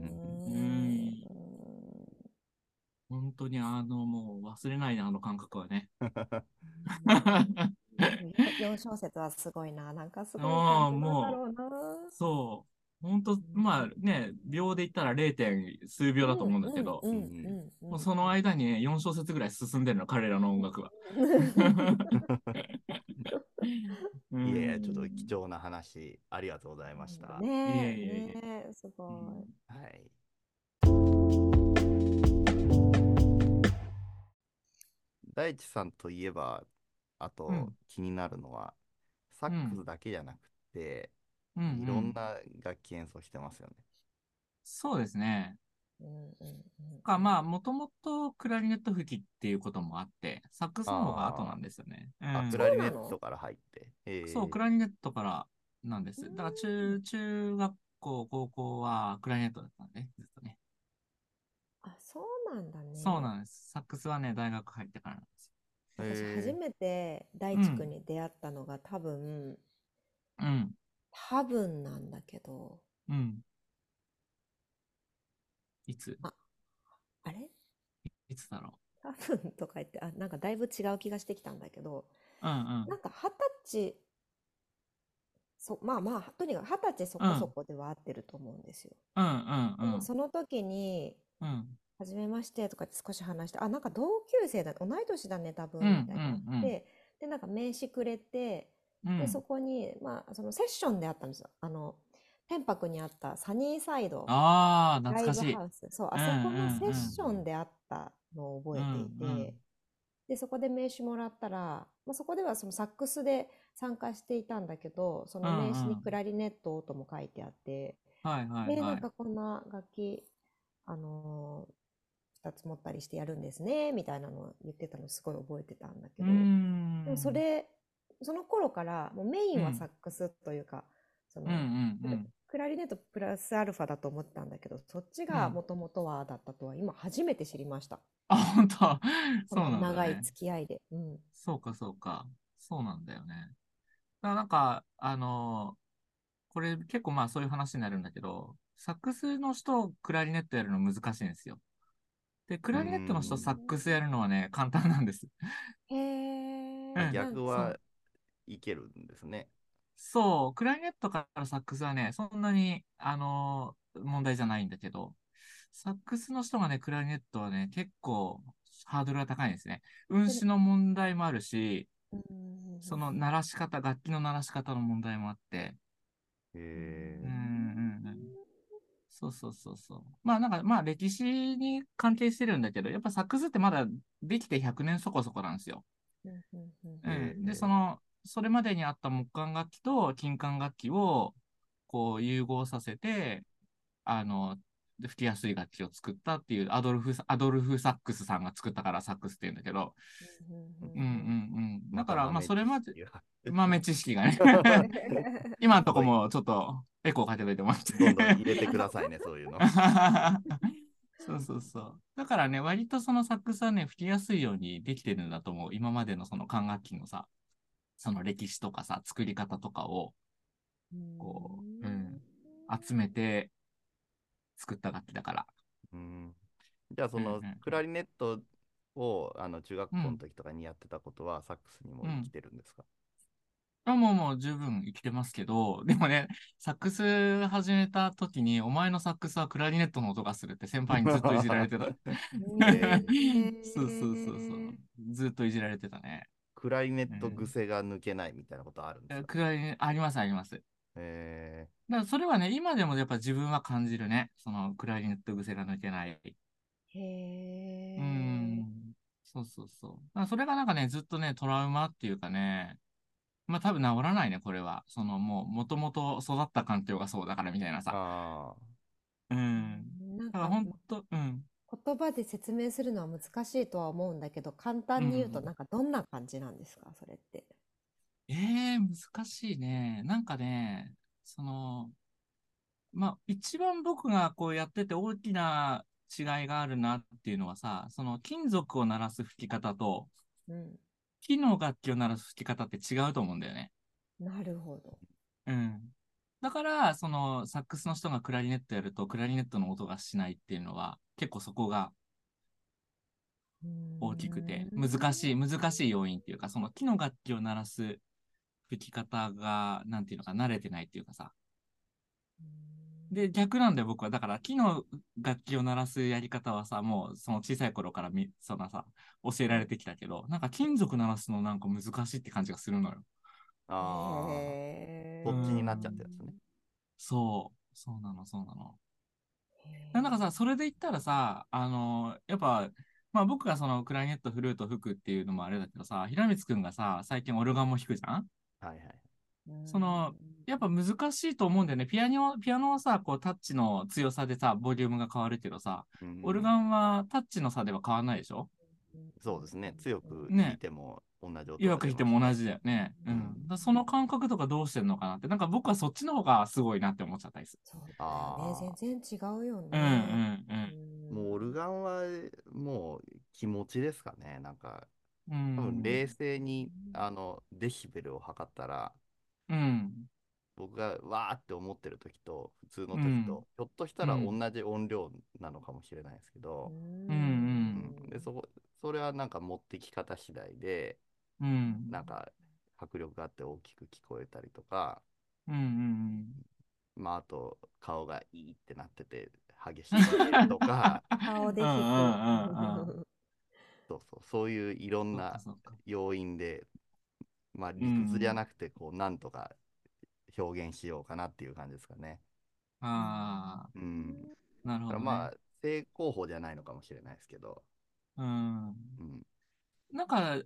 Speaker 3: 本当にあの、もう忘れないな、あの感覚はね。
Speaker 2: 4小節はすごいななんかすごい
Speaker 3: あ
Speaker 2: 感
Speaker 3: ー
Speaker 2: じなんだろうな
Speaker 3: そう。本当まあね、秒で言ったら 0. 点数秒だと思うんだけど
Speaker 2: う、んうんうんうん
Speaker 3: もうその間にね、4小節ぐらい進んでるの、彼らの音楽は。
Speaker 1: うんいやいやちょっ
Speaker 3: うん
Speaker 1: と貴重な話ありがとうございました。
Speaker 2: ねえ
Speaker 3: いえいえいえ
Speaker 2: ねえすごい。
Speaker 1: はい。大地さんといえば、あと
Speaker 3: うん
Speaker 1: 気になるのは、サックスだけじゃなくて、
Speaker 3: うんうん
Speaker 1: いろんな楽器演奏してますよね。
Speaker 3: そうですね。
Speaker 2: うんうんうん
Speaker 3: か、まあ、もともとクラリネット吹きっていうこともあって、サックスの方が後なんですよね。う
Speaker 1: あ、
Speaker 3: ん
Speaker 1: クラリネ
Speaker 2: そう
Speaker 1: ッ
Speaker 2: な
Speaker 1: ト
Speaker 2: の
Speaker 1: から入って。えー
Speaker 3: そう、クラリネットからなんです。だから
Speaker 2: う
Speaker 3: 中、中学校、高校はクラリネットだったんで、ずっとね。
Speaker 2: あ、そうなんだね。
Speaker 3: そうなんです。サックスはね、大学入ってからなんです
Speaker 2: 私
Speaker 1: えー
Speaker 2: 初めて大地君に出会ったのが多分、
Speaker 3: よ。うん。
Speaker 2: 多分なんだけど、
Speaker 3: うん。いつ
Speaker 2: あれ
Speaker 3: いつだろ
Speaker 2: 多分とか言って、あ、なんかだいぶ違う気がしてきたんだけど、
Speaker 3: う。うん
Speaker 2: なんか二十歳、そ、まあまあ、とにかく二十歳そこそこでは合ってると思うんですよ。
Speaker 3: うん。うんうんうん。
Speaker 2: その時に、
Speaker 3: うん。
Speaker 2: はじめましてとかって少し話して、あ、なんか同級生だ、同い年だね、多分、
Speaker 3: うん
Speaker 2: みたいに
Speaker 3: うんう
Speaker 2: なんって、で、なんか名刺くれて、
Speaker 3: うん。
Speaker 2: で、そこに、まあ、そのセッションであったんですよ。あの、天白にあったサニーサイド
Speaker 3: ああ、
Speaker 2: ライ
Speaker 3: 懐
Speaker 2: ブ
Speaker 3: かしい。
Speaker 2: ハウス。そう、あ
Speaker 3: うん
Speaker 2: そこ
Speaker 3: うんう
Speaker 2: の
Speaker 3: ん
Speaker 2: セッションであったのを覚えていて、
Speaker 3: うんうん
Speaker 2: で、そこで名刺もらったら、まあ、そこではそのサックスで参加していたんだけど、その名刺
Speaker 3: うん
Speaker 2: に
Speaker 3: うん
Speaker 2: クラリネットとも書いてあって、
Speaker 3: はいはい
Speaker 2: で、な
Speaker 3: は
Speaker 2: ん
Speaker 3: い
Speaker 2: か。こんな楽器、あのー、2つ持ったりしてやるんですね、みたいなのを言ってたのすごい覚えてたんだけ
Speaker 3: う
Speaker 2: ど、
Speaker 3: ん。
Speaker 2: でもそれ、その頃から、もうメイン
Speaker 3: う
Speaker 2: は
Speaker 3: ん
Speaker 2: サックスというか、そ
Speaker 3: うんう
Speaker 2: の、
Speaker 3: んうん。
Speaker 2: クラリネットプラスアルファだと思ってたんだけど、そっちが
Speaker 3: うん
Speaker 2: もともとはだったとは今初めて知りました。
Speaker 3: あ、本当。そうなんだ、ね。
Speaker 2: 長い付き合いで。うん。
Speaker 3: そうか、そうか。そうなんだよね。だからなんか、あのーこれ結構まあそういう話になるんだけど、サックスの人、クラリネットやるの難しいんですよ。で、クラリネットの
Speaker 1: う
Speaker 3: 人、
Speaker 1: ん
Speaker 3: サックスやるのはね、簡単なんです。
Speaker 2: へえ。
Speaker 3: うん
Speaker 1: 逆
Speaker 2: なん
Speaker 1: は
Speaker 2: か
Speaker 1: いけるんですね。
Speaker 3: そう、クラリネットからサックスはね、そんなに、あのー問題じゃないんだけど、サックスの人がね、クラリネットはね、結構ハードルが高いんですね。運指の問題もあるし、
Speaker 2: そううん
Speaker 3: その鳴らし方、楽器の鳴らし方の問題もあって、
Speaker 1: へ
Speaker 3: うんうんうん。そうそうそうそう。まあなんか、まあ歴史に関係してるんだけど、やっぱサックスってまだできて100年そこそこなんですよ。
Speaker 2: うんうんうん
Speaker 3: う
Speaker 1: え
Speaker 3: ん。
Speaker 1: え
Speaker 3: で、その、それまでにあった木管楽器と金管楽器を、こう融合させて、あの、吹きやすい楽器を作ったっていう、アドルフ、アドルフ・サックスさんが作ったからサックスっていうんだけど、
Speaker 2: うん
Speaker 3: うん
Speaker 2: う
Speaker 3: うん
Speaker 2: ん
Speaker 3: うん。だから、まあそれまで、豆知識が ね。
Speaker 2: うん。
Speaker 3: 今のとこもちょっとエコーかけといてもらって。
Speaker 1: どんどん入れてくださいね、そういうの。
Speaker 3: そうそうそう。だからね、割とそのサックスはね、吹きやすいようにできてるんだと思う。今までのその管楽器のさ、その歴史とかさ、作り方とかをこううん集めて作った楽器だから。
Speaker 1: うんじゃあそ
Speaker 3: うんう
Speaker 1: の
Speaker 3: ん
Speaker 1: クラリネットをあの中学校の時とかにやってたことはサックスにも生きてるんですか、
Speaker 3: あもうもう十分生きてますけど、でもね、サックス始めた時に、お前のサックスはクラリネットの音がするって先輩にずっといじられてた。
Speaker 1: え
Speaker 3: そうそうそうそう。ずっといじられてたね。
Speaker 1: クラリネット癖が抜けないみたいなことあるんですか、
Speaker 3: クラリネありますあります。だか
Speaker 1: え
Speaker 3: らそれはね、今でもやっぱ自分は感じるね。そのクラリネット癖が抜けない。
Speaker 2: へえ。
Speaker 3: うん。そうそうそう。まあそれがなんかね、ずっとね、トラウマっていうかね、まあ多分治らないね、これは。そのもう、もともと育った環境がそうだからみたいな
Speaker 1: ー、
Speaker 3: さ。
Speaker 1: ああ。
Speaker 3: うん。
Speaker 2: なん
Speaker 3: だから
Speaker 2: か
Speaker 3: 本当、うん。
Speaker 2: 言葉で説明するのは難しいとは思うんだけど、簡単に言うと
Speaker 3: うん
Speaker 2: なんかどんな感じなんですか、それって。
Speaker 3: ええ難しいね。なんかね、その、まあ、一番僕がこうやってて大きな違いがあるなっていうのはさ、その金属を鳴らす吹き方と、
Speaker 2: うん。
Speaker 3: 木の楽器を鳴らす吹き方って違うと思うんだよね。
Speaker 2: なるほど。
Speaker 3: うん。だから、その、サックスの人がクラリネットやると、クラリネットの音がしないっていうのは、結構そこが大きくて、難しい、難しい要因っていうか、その木の楽器を鳴らす吹き方が、なんていうのか、慣れてないっていうかさ、
Speaker 2: い。
Speaker 3: で、逆なんだよ、僕は。だから、木の楽器を鳴らすやり方はさ、もう、その小さい頃からみ、そのさ、教えられてきたけど、なんか金属鳴らすのなんか難しいって感じがするのよ。
Speaker 1: ああ。
Speaker 2: へー
Speaker 1: こっちになっちゃってるんですね。
Speaker 3: そう。そうなの、そうなの。なんかさ、それで言ったらさ、あの、やっぱ、まあ僕がそのクラリネット、フルート、吹くっていうのもあれだけどさ、平光くんがさ、最近オルガンも弾くじゃん
Speaker 1: はいはい。
Speaker 2: うん
Speaker 3: その、やっぱ難しいと思うんだよね。ピアノ、ピアノはさ、こうタッチの強さでさ、ボリュームが変わるけどさ、オルガ
Speaker 1: ン
Speaker 3: ンはタッチの差では変わらないでしょ
Speaker 1: そうですね。強く
Speaker 3: ね
Speaker 1: 弾いても同じ音が出ます
Speaker 3: 弱く弾いても同じだよね。う
Speaker 1: うん
Speaker 3: ん。だからその感覚とかどうしてるのかなって、なんか僕はそっちの方がすごいなって思っちゃったりす
Speaker 2: そうだ
Speaker 1: あ
Speaker 2: よね
Speaker 1: ー
Speaker 2: 全然違うよ
Speaker 3: る。うんう
Speaker 2: ね。
Speaker 3: ん
Speaker 1: もうオル
Speaker 2: ガ
Speaker 1: ガンはもう気持ちですかね。なんか
Speaker 3: うん。
Speaker 1: 多
Speaker 3: うん
Speaker 1: 分冷静に
Speaker 2: うん
Speaker 1: あのデシベルを測ったら
Speaker 3: うん。
Speaker 1: 僕がわーって思ってる時と普通の
Speaker 3: うん
Speaker 1: 時と、ひょっとしたら
Speaker 3: う
Speaker 1: 同
Speaker 3: ん
Speaker 1: じ音量なのかもしれないですけど、
Speaker 3: うんうん
Speaker 1: うんでそこそれはなんか持ってき方次第で
Speaker 3: うん。
Speaker 1: なんか迫力があって大きく聞こえたりとか、
Speaker 3: うんうん
Speaker 1: まあ、あと顔がいいってなってて激しく聞けると か
Speaker 2: 顔で
Speaker 3: うん
Speaker 2: 弾
Speaker 3: うんうん
Speaker 2: く。
Speaker 1: そうそうそういういろ
Speaker 3: うんん。そっ
Speaker 1: な
Speaker 3: かそっか。
Speaker 1: 要因で、まあ、理
Speaker 3: うん
Speaker 1: 屈じゃなくてこうなんとか表現しようかなっていう感じですかね。
Speaker 3: あ
Speaker 1: うん、
Speaker 3: あ、な
Speaker 1: だ
Speaker 3: る
Speaker 1: か
Speaker 3: ほど、
Speaker 1: ら
Speaker 3: ね。
Speaker 1: まあ正攻法じゃないのかもしれないですけど、
Speaker 3: うん。
Speaker 1: うん、
Speaker 3: なんか、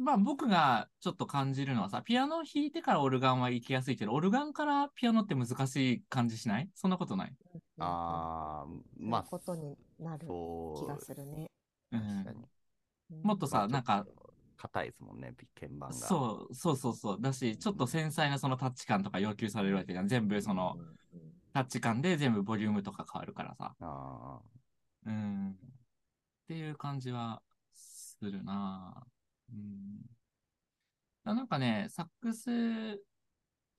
Speaker 3: まあ僕がちょっと感じるのはさ、ピアノ弾いてからオルガンは行きやすいけど、オルガンからピアノって難しい感じしないそんなことない
Speaker 1: ああ
Speaker 2: ま
Speaker 1: ま
Speaker 2: あ
Speaker 1: あ
Speaker 2: ことになる
Speaker 1: そ
Speaker 2: 気が
Speaker 1: う
Speaker 2: するね。
Speaker 3: う
Speaker 1: 確
Speaker 3: ん
Speaker 1: か。に、
Speaker 3: もっとさ
Speaker 1: まあ
Speaker 3: なんか
Speaker 1: ちょっと硬いですもんね鍵盤が
Speaker 3: そう、そうそうそう。だし、ちょっと繊細なそのタッチ感とか要求されるわけじゃん。全部そのタッチ感で全部ボリュームとか変わるからさ。
Speaker 1: あ
Speaker 3: うん。っていう感じはするなぁうん。だなんかね、サックス、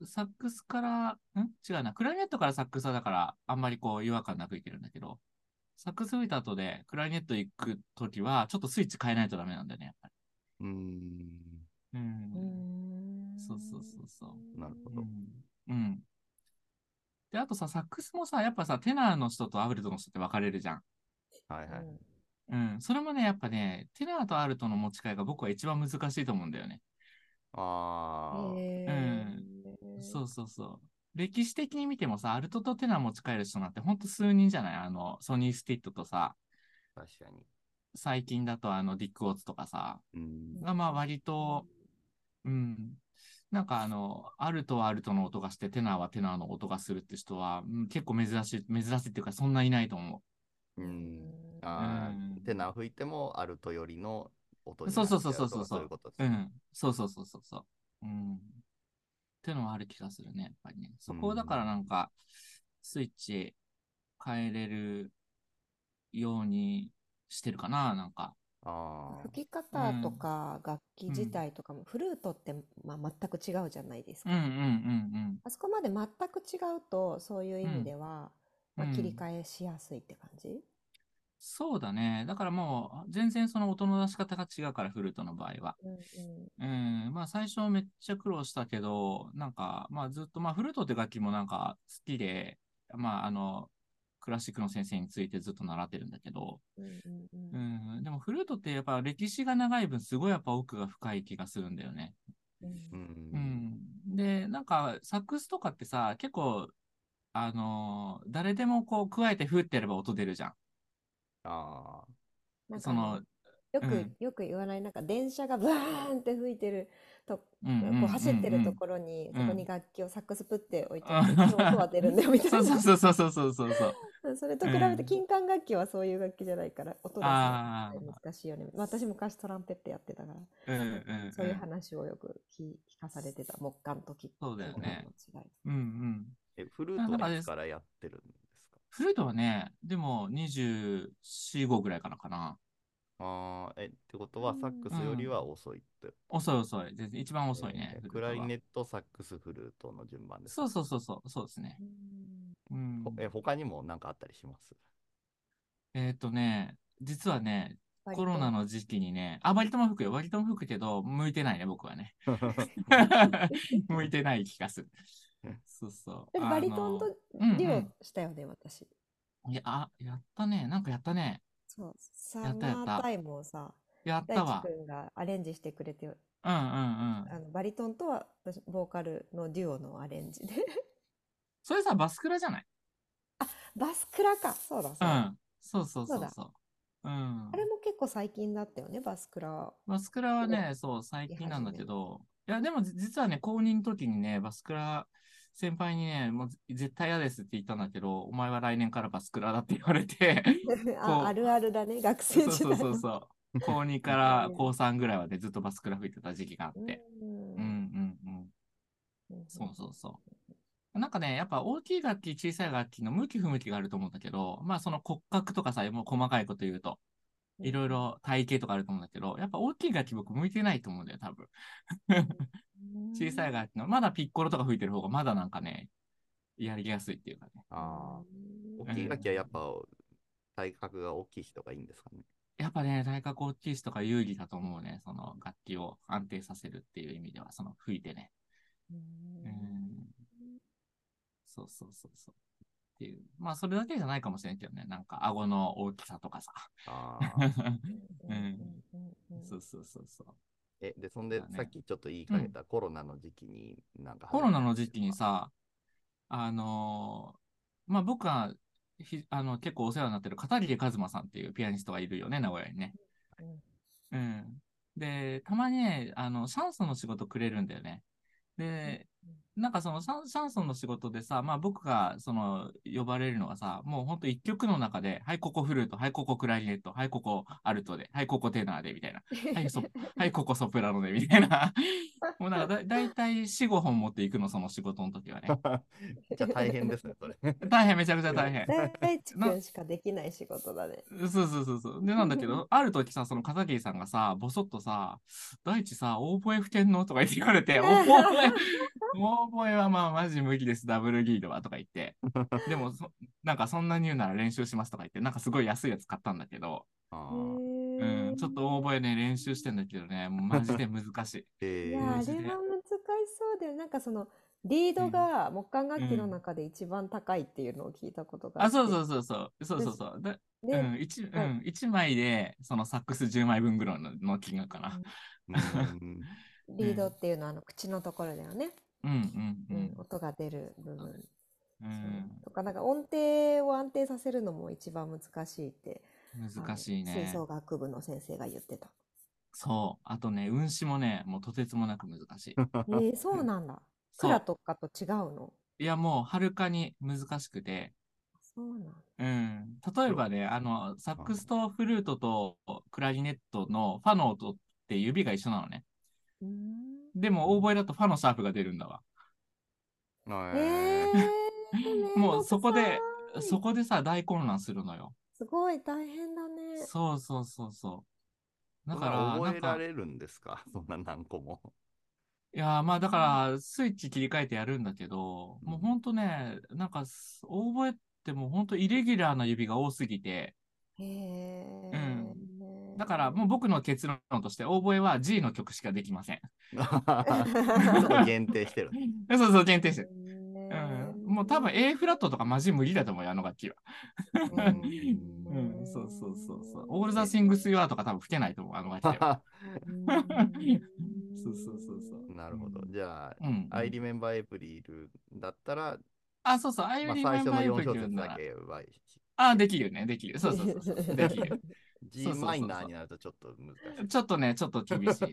Speaker 3: サックスから、ん違うな。クラリネットからサックスはだから、あんまりこう違和感なくいけるんだけど、サックス吹いた後でクラリネット行くときは、ちょっとスイッチ変えないとダメなんだよね、やっぱり。
Speaker 1: ーうん
Speaker 3: うん。
Speaker 2: そう
Speaker 3: そうそうそうそう。
Speaker 1: なるほ
Speaker 3: う
Speaker 1: ど、
Speaker 3: ん。うん。で、あとさ、サックスもさ、やっぱさ、テナーの人とアルトの人って分かれるじゃん。
Speaker 1: はいはい、
Speaker 3: うん。それもね、やっぱね、テナーとアルトの持ち替えが僕は一番難しいと思うんだよね。
Speaker 1: ああ、
Speaker 3: そうそうそう。歴史的に見てもさ、アルトとテナー持ち替える人なんてほんと数人じゃないあの、ソニー・スティットとさ、
Speaker 1: 確かに
Speaker 3: 最近だとあの、ディック・ウォーツとかさ、
Speaker 1: うん
Speaker 3: がまあ割と、うん。なんかあの、アルトはアルトの音がして、テナーはテナーの音がするって人は、うん結構珍しい、珍しいっていうか、そんないないと思
Speaker 1: うんあ
Speaker 3: うん
Speaker 1: ー手な吹いてもアルトよりの音に
Speaker 3: そうそうそう
Speaker 1: なっちゃとか
Speaker 3: そうそう
Speaker 1: そういうことです
Speaker 3: う。う
Speaker 1: ね、
Speaker 3: ん。そうそうそうそうそう。うん。ってのはある気がするね、やっぱりね。そこをだからなんか、スイッチ変えれるようにしてるかな、なんか。
Speaker 1: ああ
Speaker 2: 吹き方とか楽器自体とかも、フルートって、まあ、全く違うじゃないです
Speaker 3: う
Speaker 2: か。
Speaker 3: んうんうん
Speaker 2: あそこまで全く違うとそういう意味では、
Speaker 3: うん
Speaker 2: まあ、切り替えしやすいって感じ、
Speaker 3: そうだね。だからもう、全然その音の出し方が違うから、フルートの場合は。
Speaker 2: うんうん
Speaker 3: うん、まあ最初めっちゃ苦労したけど、なんか、まあずっと、まあフルートって楽器もなんか好きで、まああの、クラシックの先生についてずっと習ってるんだけど、
Speaker 2: うんうん
Speaker 3: う
Speaker 2: うん
Speaker 3: ん、でもフルートってやっぱ歴史が長い分、すごいやっぱ奥が深い気がするんだよね。
Speaker 2: うん
Speaker 1: ん
Speaker 3: うん。で、なんか、サックスとかってさ、結構、あのー誰でもこう、加えて振ってやれば音出るじゃん。
Speaker 1: ああ、
Speaker 2: なん
Speaker 3: そ
Speaker 2: かね
Speaker 3: の、
Speaker 2: よ
Speaker 3: う
Speaker 2: く
Speaker 3: ん
Speaker 2: よく言わないなんか電車がブワーンって吹いてると
Speaker 3: うんうん
Speaker 2: こう走って
Speaker 3: うんう
Speaker 2: る
Speaker 3: ん
Speaker 2: ところに
Speaker 3: う
Speaker 2: そ
Speaker 3: ん
Speaker 2: こに楽器をサックスプって置いと
Speaker 3: あ
Speaker 2: くと今日音は出るんだよみたい
Speaker 3: そう そ
Speaker 2: な
Speaker 3: うそうそうそうそうそうそう。
Speaker 2: うん それと比べ
Speaker 3: う
Speaker 2: て
Speaker 3: ん
Speaker 2: 金管楽器はそういう楽器じゃないから音出すの
Speaker 3: あー
Speaker 2: 難しいよねまあ私昔トランペットやってたから
Speaker 3: うんうんうん。
Speaker 2: そういう話をよく聞聞かされてた木管と木
Speaker 3: そうだよね
Speaker 2: 木管の違い
Speaker 3: うんうん。
Speaker 1: え、フルー
Speaker 3: なん
Speaker 1: ト
Speaker 3: か
Speaker 1: は
Speaker 3: で
Speaker 1: い
Speaker 3: す
Speaker 1: つからやってるんですか
Speaker 3: フルートはね、でも24、5ぐらいからかな。
Speaker 1: ああ、え、ってことは、サックスよりは遅いって。
Speaker 3: 遅い遅い。全然一番遅いね
Speaker 1: え。ー
Speaker 3: フルー
Speaker 1: ク
Speaker 3: トは
Speaker 1: ラリネット、サックス、フルートの順番ですか。
Speaker 3: そうそうそうそう、そうですね。
Speaker 2: うん
Speaker 3: うん
Speaker 1: ほ。え、他にも何かあったりします
Speaker 3: えーっとね、実はね、
Speaker 2: バリ
Speaker 3: コロ
Speaker 2: トン
Speaker 3: ナの時期にね、あ、バリトンも吹くよ。バリトンも吹くけど、向いてないね、僕は ね。向いてない気がする。そうそう。
Speaker 2: でもバリトン
Speaker 3: あの
Speaker 2: と
Speaker 3: うん
Speaker 2: デ
Speaker 3: う
Speaker 2: ュ
Speaker 3: ん
Speaker 2: オしたよね私
Speaker 3: いや、あ、やったね。なんかやったね。
Speaker 2: そうサ
Speaker 3: やったやった
Speaker 2: マータイムをさ
Speaker 3: やった
Speaker 2: 大輝
Speaker 3: わ
Speaker 2: く。んがアレンジしてくれて
Speaker 3: うんうんうん。
Speaker 2: あのバリトンとは私ボーカルのデュオのアレンジで
Speaker 3: それさ、バスクラじゃない
Speaker 2: バスクラかそうだそう
Speaker 3: う
Speaker 2: だ、
Speaker 3: ん。そうそうそ
Speaker 2: そうう
Speaker 3: そう。うん
Speaker 2: あ。れも結構最近だったよねバスクラ
Speaker 3: バスクラはね、そう、最近なんだけど、いや、でもじ実はね、公認の時にね、バスクラ、先輩にね、もうぜ絶対嫌ですって言ったんだけど、お前は来年からバスクラだって言われて、
Speaker 2: ああるあるだね学
Speaker 3: そ
Speaker 2: 生
Speaker 3: う
Speaker 2: 時
Speaker 3: そう
Speaker 2: 代
Speaker 3: そう
Speaker 2: の
Speaker 3: そう、 高2から高3ぐらいまでずっとバスクラ吹いてた時期があって、
Speaker 2: うん
Speaker 3: うんうんうん、
Speaker 2: うん
Speaker 3: そうそうそう。なんかね、やっぱ大きい楽器、小さい楽器の向き不向きがあると思うんだけど、まあその骨格とかさ、もう細かいこと言うと、いろいろ体型とかあると思うんだけど、やっぱ大きい楽器僕向いてないと思うんだよ、多分。小さい楽器の、まだピッコロとか吹いてる方が、まだなんかね、やりやすいっていうかね。
Speaker 1: ああ、
Speaker 2: うん
Speaker 1: 大きい楽器はやっぱ、体格が大きい人がいいんですかね。
Speaker 3: やっぱね、大学大きい人が有利だと思うね、その楽器を安定させるっていう意味では、その吹いてね。
Speaker 2: うん
Speaker 3: うん。そうそうそうそう。っていう。まあ、それだけじゃないかもしれないけどね、なんか顎の大きさとかさ。
Speaker 1: あ あ。
Speaker 2: うんうんうんうん
Speaker 3: そうそうそうそう。
Speaker 1: え、で、そんで
Speaker 3: そうだ、ね
Speaker 1: さっきちょっと言いかけたコロナの時期に、なんか始
Speaker 3: コ
Speaker 1: め
Speaker 3: ロ
Speaker 1: たんですか、
Speaker 3: ナの時期にさ、あのーまあ、僕はひあの結構お世話になってる片桐一馬さんっていうピアニストがいるよね、名古屋にね。うん。で、たまにね、あの、シャンソンの仕事くれるんだよね。で、なんかそのシャンシャンソンの仕事でさ、まあ僕がその呼ばれるのはさ、もうほんと一曲の中で、はい、ここフルート、はい、ここクラリネット、はい、ここアルトで、はい、ここテナーで、みたいな。はい、そはい、ここソプラノで、みたいな。 もうなんかだだいたい4、5本持っていくの、その仕事の時はね。
Speaker 1: めっちゃ大変ですね、 それ。
Speaker 3: 大変、めちゃくちゃ大変。
Speaker 2: 大地君しかできない仕事だね。
Speaker 3: そうそうそうそう。で、なんだけど、ある時さ、その片桐さんがさ、ぼそっとさ、大地さ、オーボエ吹けんのとか言って言われ て、オーボエ、オーボエはまあマジ無理です、ダブルリードはとか言って。でもそ、なんかそんなに言うなら練習しますとか言って、なんかすごい安いやつ買ったんだけど、
Speaker 1: あー
Speaker 3: う、
Speaker 2: うん
Speaker 3: ちょっとオーボエね、練習してんだけどね、もうマジで 難しい。
Speaker 1: え
Speaker 2: い
Speaker 1: ー
Speaker 2: やあれは
Speaker 3: マ
Speaker 2: 難し
Speaker 3: ジで
Speaker 2: そうだよなんかそのリードが木管楽器
Speaker 3: う
Speaker 2: の
Speaker 3: ん
Speaker 2: 中で一番高いっていうのを聞いたことが
Speaker 3: あ、そう
Speaker 2: う
Speaker 3: そうそうそう、そうそうそう。だう
Speaker 2: で、
Speaker 3: ん、一う
Speaker 2: はい
Speaker 3: ん、一枚で、そのサックス10枚分ぐらいのの金額かな。
Speaker 1: うん
Speaker 2: リードっていうのはあの口のところだよね、
Speaker 3: うん、
Speaker 2: う
Speaker 3: うん、うんん。
Speaker 2: 音が出る部分、
Speaker 3: う
Speaker 2: そうんとかなんか音程を安定させるのも一番難しいってあの
Speaker 3: 難しいね。
Speaker 2: 吹奏楽部の先生が言ってた
Speaker 3: そう。あとね、運指もね、もうとてつもなく難しい。
Speaker 2: えー、そうなんだク
Speaker 3: そ
Speaker 2: ラ
Speaker 3: う。
Speaker 2: とかと違うの
Speaker 3: いや、もう、はるかに難しくて。
Speaker 2: そうなんだ
Speaker 3: うん。例えばね、あの、サックスとフルートとクラリネットのファの音って指が一緒なのね。
Speaker 2: うーん
Speaker 3: でも、オーボエだとファのシャープが出るんだわ。
Speaker 2: え
Speaker 1: えー
Speaker 2: ー、
Speaker 3: もう、そこで、
Speaker 2: めんどくさい
Speaker 3: そこでさ、大混乱するのよ。
Speaker 2: すごい大変だね
Speaker 3: そうそうそうそう。だ
Speaker 1: そん
Speaker 3: か
Speaker 1: な
Speaker 3: ら、
Speaker 1: 覚
Speaker 3: な
Speaker 1: え
Speaker 3: ん
Speaker 1: ら
Speaker 3: か、
Speaker 1: れるんですかそんな何個 も。
Speaker 3: いやー、まあだから、スイッチ切り替えてやるんだけど、もうほんとね、なんかす、オーボエってもうほんとイレギュラーな指が多すぎて、
Speaker 2: へえ。
Speaker 3: だか らもう僕の結論として、オーボエは G の曲しかできません。
Speaker 1: ちょっと限定してる。
Speaker 3: そうそう、限定してる。う、
Speaker 2: うん
Speaker 3: もう多分 A フラットとかマジ無理だと思うよ、あの楽器は。
Speaker 1: うん
Speaker 3: うん、そうそうそうそう。オールザシングスユアとか多分吹けないと思う、あの楽器は。 そうそうそう そう。
Speaker 1: なるほど。じゃあ、
Speaker 3: うん。
Speaker 1: I remember April だったら、
Speaker 3: あ、そうそう、アイ
Speaker 1: ま
Speaker 3: オ
Speaker 1: あ、
Speaker 3: リ
Speaker 1: 最
Speaker 3: ーメ
Speaker 1: 初の
Speaker 3: ンバイ
Speaker 1: 4
Speaker 3: ブ
Speaker 1: 小
Speaker 3: ル
Speaker 1: 節
Speaker 3: な
Speaker 1: だ
Speaker 3: ら。
Speaker 1: けは
Speaker 3: あ、できるね、できる。そうそうそうそう。できる。
Speaker 1: G
Speaker 3: そうそうそうそう
Speaker 1: マイナーになるとちょっと難しい。
Speaker 3: ちょっとね、ちょっと厳しいね。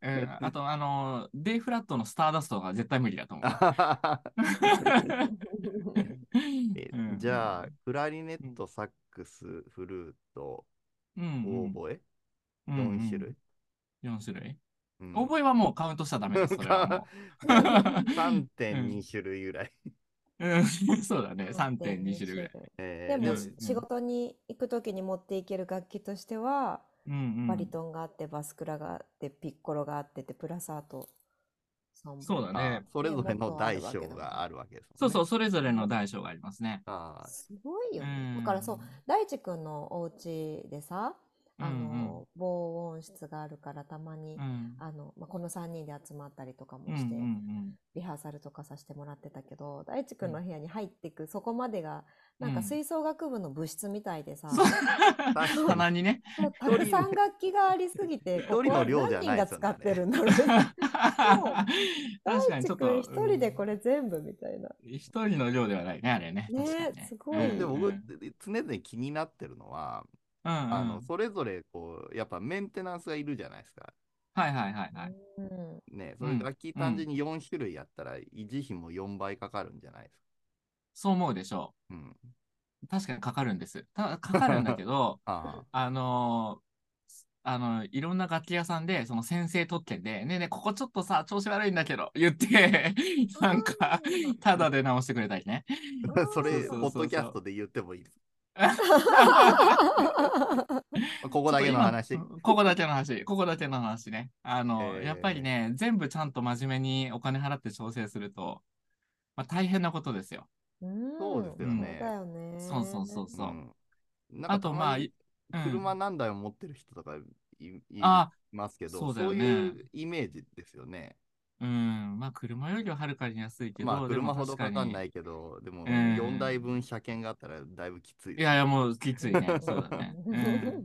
Speaker 3: えーうん、あと、あの、デイフラットのスターダストが絶対無理だと思う。
Speaker 1: え
Speaker 3: うん
Speaker 1: じゃあ、クラリネット、サックス、フルート、
Speaker 3: うんうん、
Speaker 1: オーボエ、
Speaker 3: う
Speaker 1: 4種類。
Speaker 3: んうん。4種類。
Speaker 1: うん
Speaker 3: オ ーボエはもうカウントしちゃダメです。それはもう
Speaker 1: 3.2種類ぐら い。
Speaker 3: うん、そうだね、3.2種類ぐらい。
Speaker 1: え
Speaker 2: で
Speaker 1: ー
Speaker 2: も
Speaker 3: うん
Speaker 2: し仕事に行くときに持っていける楽器としては、
Speaker 3: うんうん、
Speaker 2: バリトンがあってバスクラがあってピッコロがあっててプラスアート3本
Speaker 3: そうだね
Speaker 1: あ。それぞれの大小があるわけです、ね。。
Speaker 3: そうそうう、それぞれの大小がありますね。
Speaker 1: あー
Speaker 2: すごいよね
Speaker 3: うん
Speaker 2: だからそう大地君のお家でさあの防音室があるからたまに
Speaker 3: うんうん、うん
Speaker 2: あのまあこの3人で集まったりとか
Speaker 3: うん
Speaker 2: も
Speaker 3: う
Speaker 2: して
Speaker 3: ん
Speaker 2: リハーサルとかさせてもらってたけど大地君の
Speaker 3: う
Speaker 2: 部屋に入ってくそこまでがなん
Speaker 3: う
Speaker 2: か
Speaker 3: ん
Speaker 2: 吹奏楽部の部室みたいでさ
Speaker 3: そう
Speaker 1: 確か
Speaker 3: うん。
Speaker 1: に
Speaker 3: 棚にね。
Speaker 2: もうたくさん楽器がありすぎて、
Speaker 1: 人
Speaker 2: ここ
Speaker 1: の
Speaker 2: は
Speaker 1: 量
Speaker 2: 何
Speaker 1: じゃな
Speaker 2: 人
Speaker 1: いで
Speaker 2: が
Speaker 1: すよね
Speaker 2: 使ってるんだろう。
Speaker 3: 確かにちょっと。
Speaker 2: 一人でこれ全部みたいな。
Speaker 3: 一人の量ではないね、あれね。
Speaker 2: ね
Speaker 3: 確かにね
Speaker 2: すごい
Speaker 1: でも
Speaker 3: うん
Speaker 1: 僕
Speaker 3: うん、
Speaker 1: 常々気になってるのは、あ
Speaker 3: あ
Speaker 1: のそれぞれこうやっぱメンテナンスがいるじゃないですか。
Speaker 3: はいはいはいはい。
Speaker 2: うん
Speaker 1: ね、それ楽器単純に4種類やったら維持費も4倍かかるんじゃないですか。
Speaker 3: そう思うでしょ
Speaker 1: うん、、
Speaker 3: う。確かにかかるんです。たかかるんだけど
Speaker 1: あ
Speaker 3: あのーあの、いろんな楽器屋さんで、その先生特権で、ねえねえ、ここちょっとさ、調子悪いんだけど、言って、なんか、ただで直してくれたりね。
Speaker 1: あ そ
Speaker 3: そう
Speaker 1: れ
Speaker 3: そうそう
Speaker 1: ポッドキャストで言ってもいいです。こ
Speaker 3: こ
Speaker 1: こだけの話。
Speaker 3: ここだけの話。ここだけの話ね。あの、
Speaker 1: えー
Speaker 3: やっぱりね、全部ちゃんと真面目にお金払って調整すると、まあ、大変なことですよ。
Speaker 1: そうですよね
Speaker 2: うんだよね。
Speaker 3: そうそうそうそう。
Speaker 1: ん、なんか
Speaker 3: あと、まあ、い
Speaker 1: たまに
Speaker 3: うん
Speaker 1: 車何台も持ってる人とかい,、い
Speaker 3: あ
Speaker 1: ますけど
Speaker 3: そ
Speaker 1: そうう
Speaker 3: だよね
Speaker 1: いうイメージですよね。
Speaker 3: うん、まあ車よりははるかに安いけど、
Speaker 1: まあ
Speaker 3: で
Speaker 1: 車
Speaker 3: も。
Speaker 1: ほどかかんないいけど、でも
Speaker 3: 確かに
Speaker 1: 4台分車検があったらだいぶきつい
Speaker 3: い
Speaker 1: です。
Speaker 3: やいや、もうきつ いね。そうだね。うん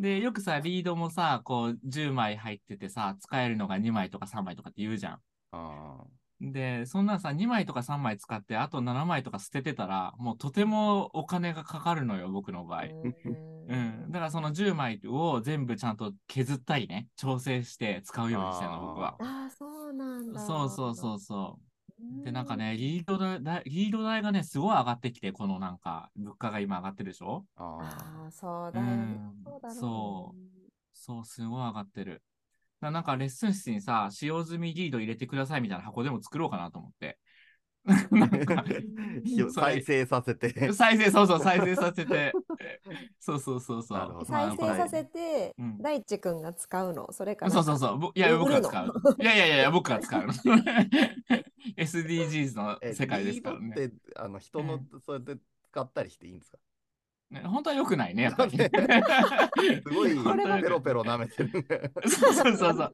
Speaker 3: で、よくさ、リードもさ、こう、10枚入っててさ、使えるのが2枚とか3枚とかって言うじゃ
Speaker 1: あ
Speaker 3: ん。で、そんなんさ、2枚とか3枚使って、あと7枚とか捨ててたら、もうとてもお金がかかるのよ、僕の場合。
Speaker 2: うん
Speaker 3: うん。だからその10枚を全部ちゃんと削ったりね、調整して使うようにしてるの、僕は。
Speaker 2: ああ、そうなんだ。
Speaker 3: そうそうそうそう。
Speaker 2: う
Speaker 3: で、なんかね、リード代だ、リード代がね、すごい上がってきて、このなんか、物価が今上がってるでしょ
Speaker 1: ああ
Speaker 2: ああ、そうだよね
Speaker 3: うん
Speaker 2: そうだろうね
Speaker 3: そうそう、すごい上がってる。だなんか、レッスン室にさ、使用済みリード入れてくださいみたいな箱でも作ろうかなと思って。 なんか、
Speaker 1: ひょ再生させ て。
Speaker 3: 再生、そうそう、再生させて。そうそうそうそ
Speaker 1: なるほ
Speaker 3: う。
Speaker 1: ど
Speaker 2: 再生させ
Speaker 3: て。
Speaker 2: て
Speaker 3: うん、
Speaker 2: 大地君が使うの、それから。
Speaker 3: そうそうそう。ぼいや、
Speaker 2: 売
Speaker 3: 僕
Speaker 2: る
Speaker 3: が
Speaker 2: の
Speaker 3: 使う。いやいやいや、僕 が使う。SDGs の
Speaker 1: え
Speaker 3: 世界ですから
Speaker 1: リー
Speaker 3: ね。
Speaker 1: ドってあの人の、そうやって使ったりしていいんですか
Speaker 3: ね本当は良くないね、やっぱりね。
Speaker 1: すごい
Speaker 3: 本当
Speaker 1: ペ
Speaker 3: は良くない
Speaker 1: ロペロ舐めてるね。
Speaker 3: そうそうそうそう。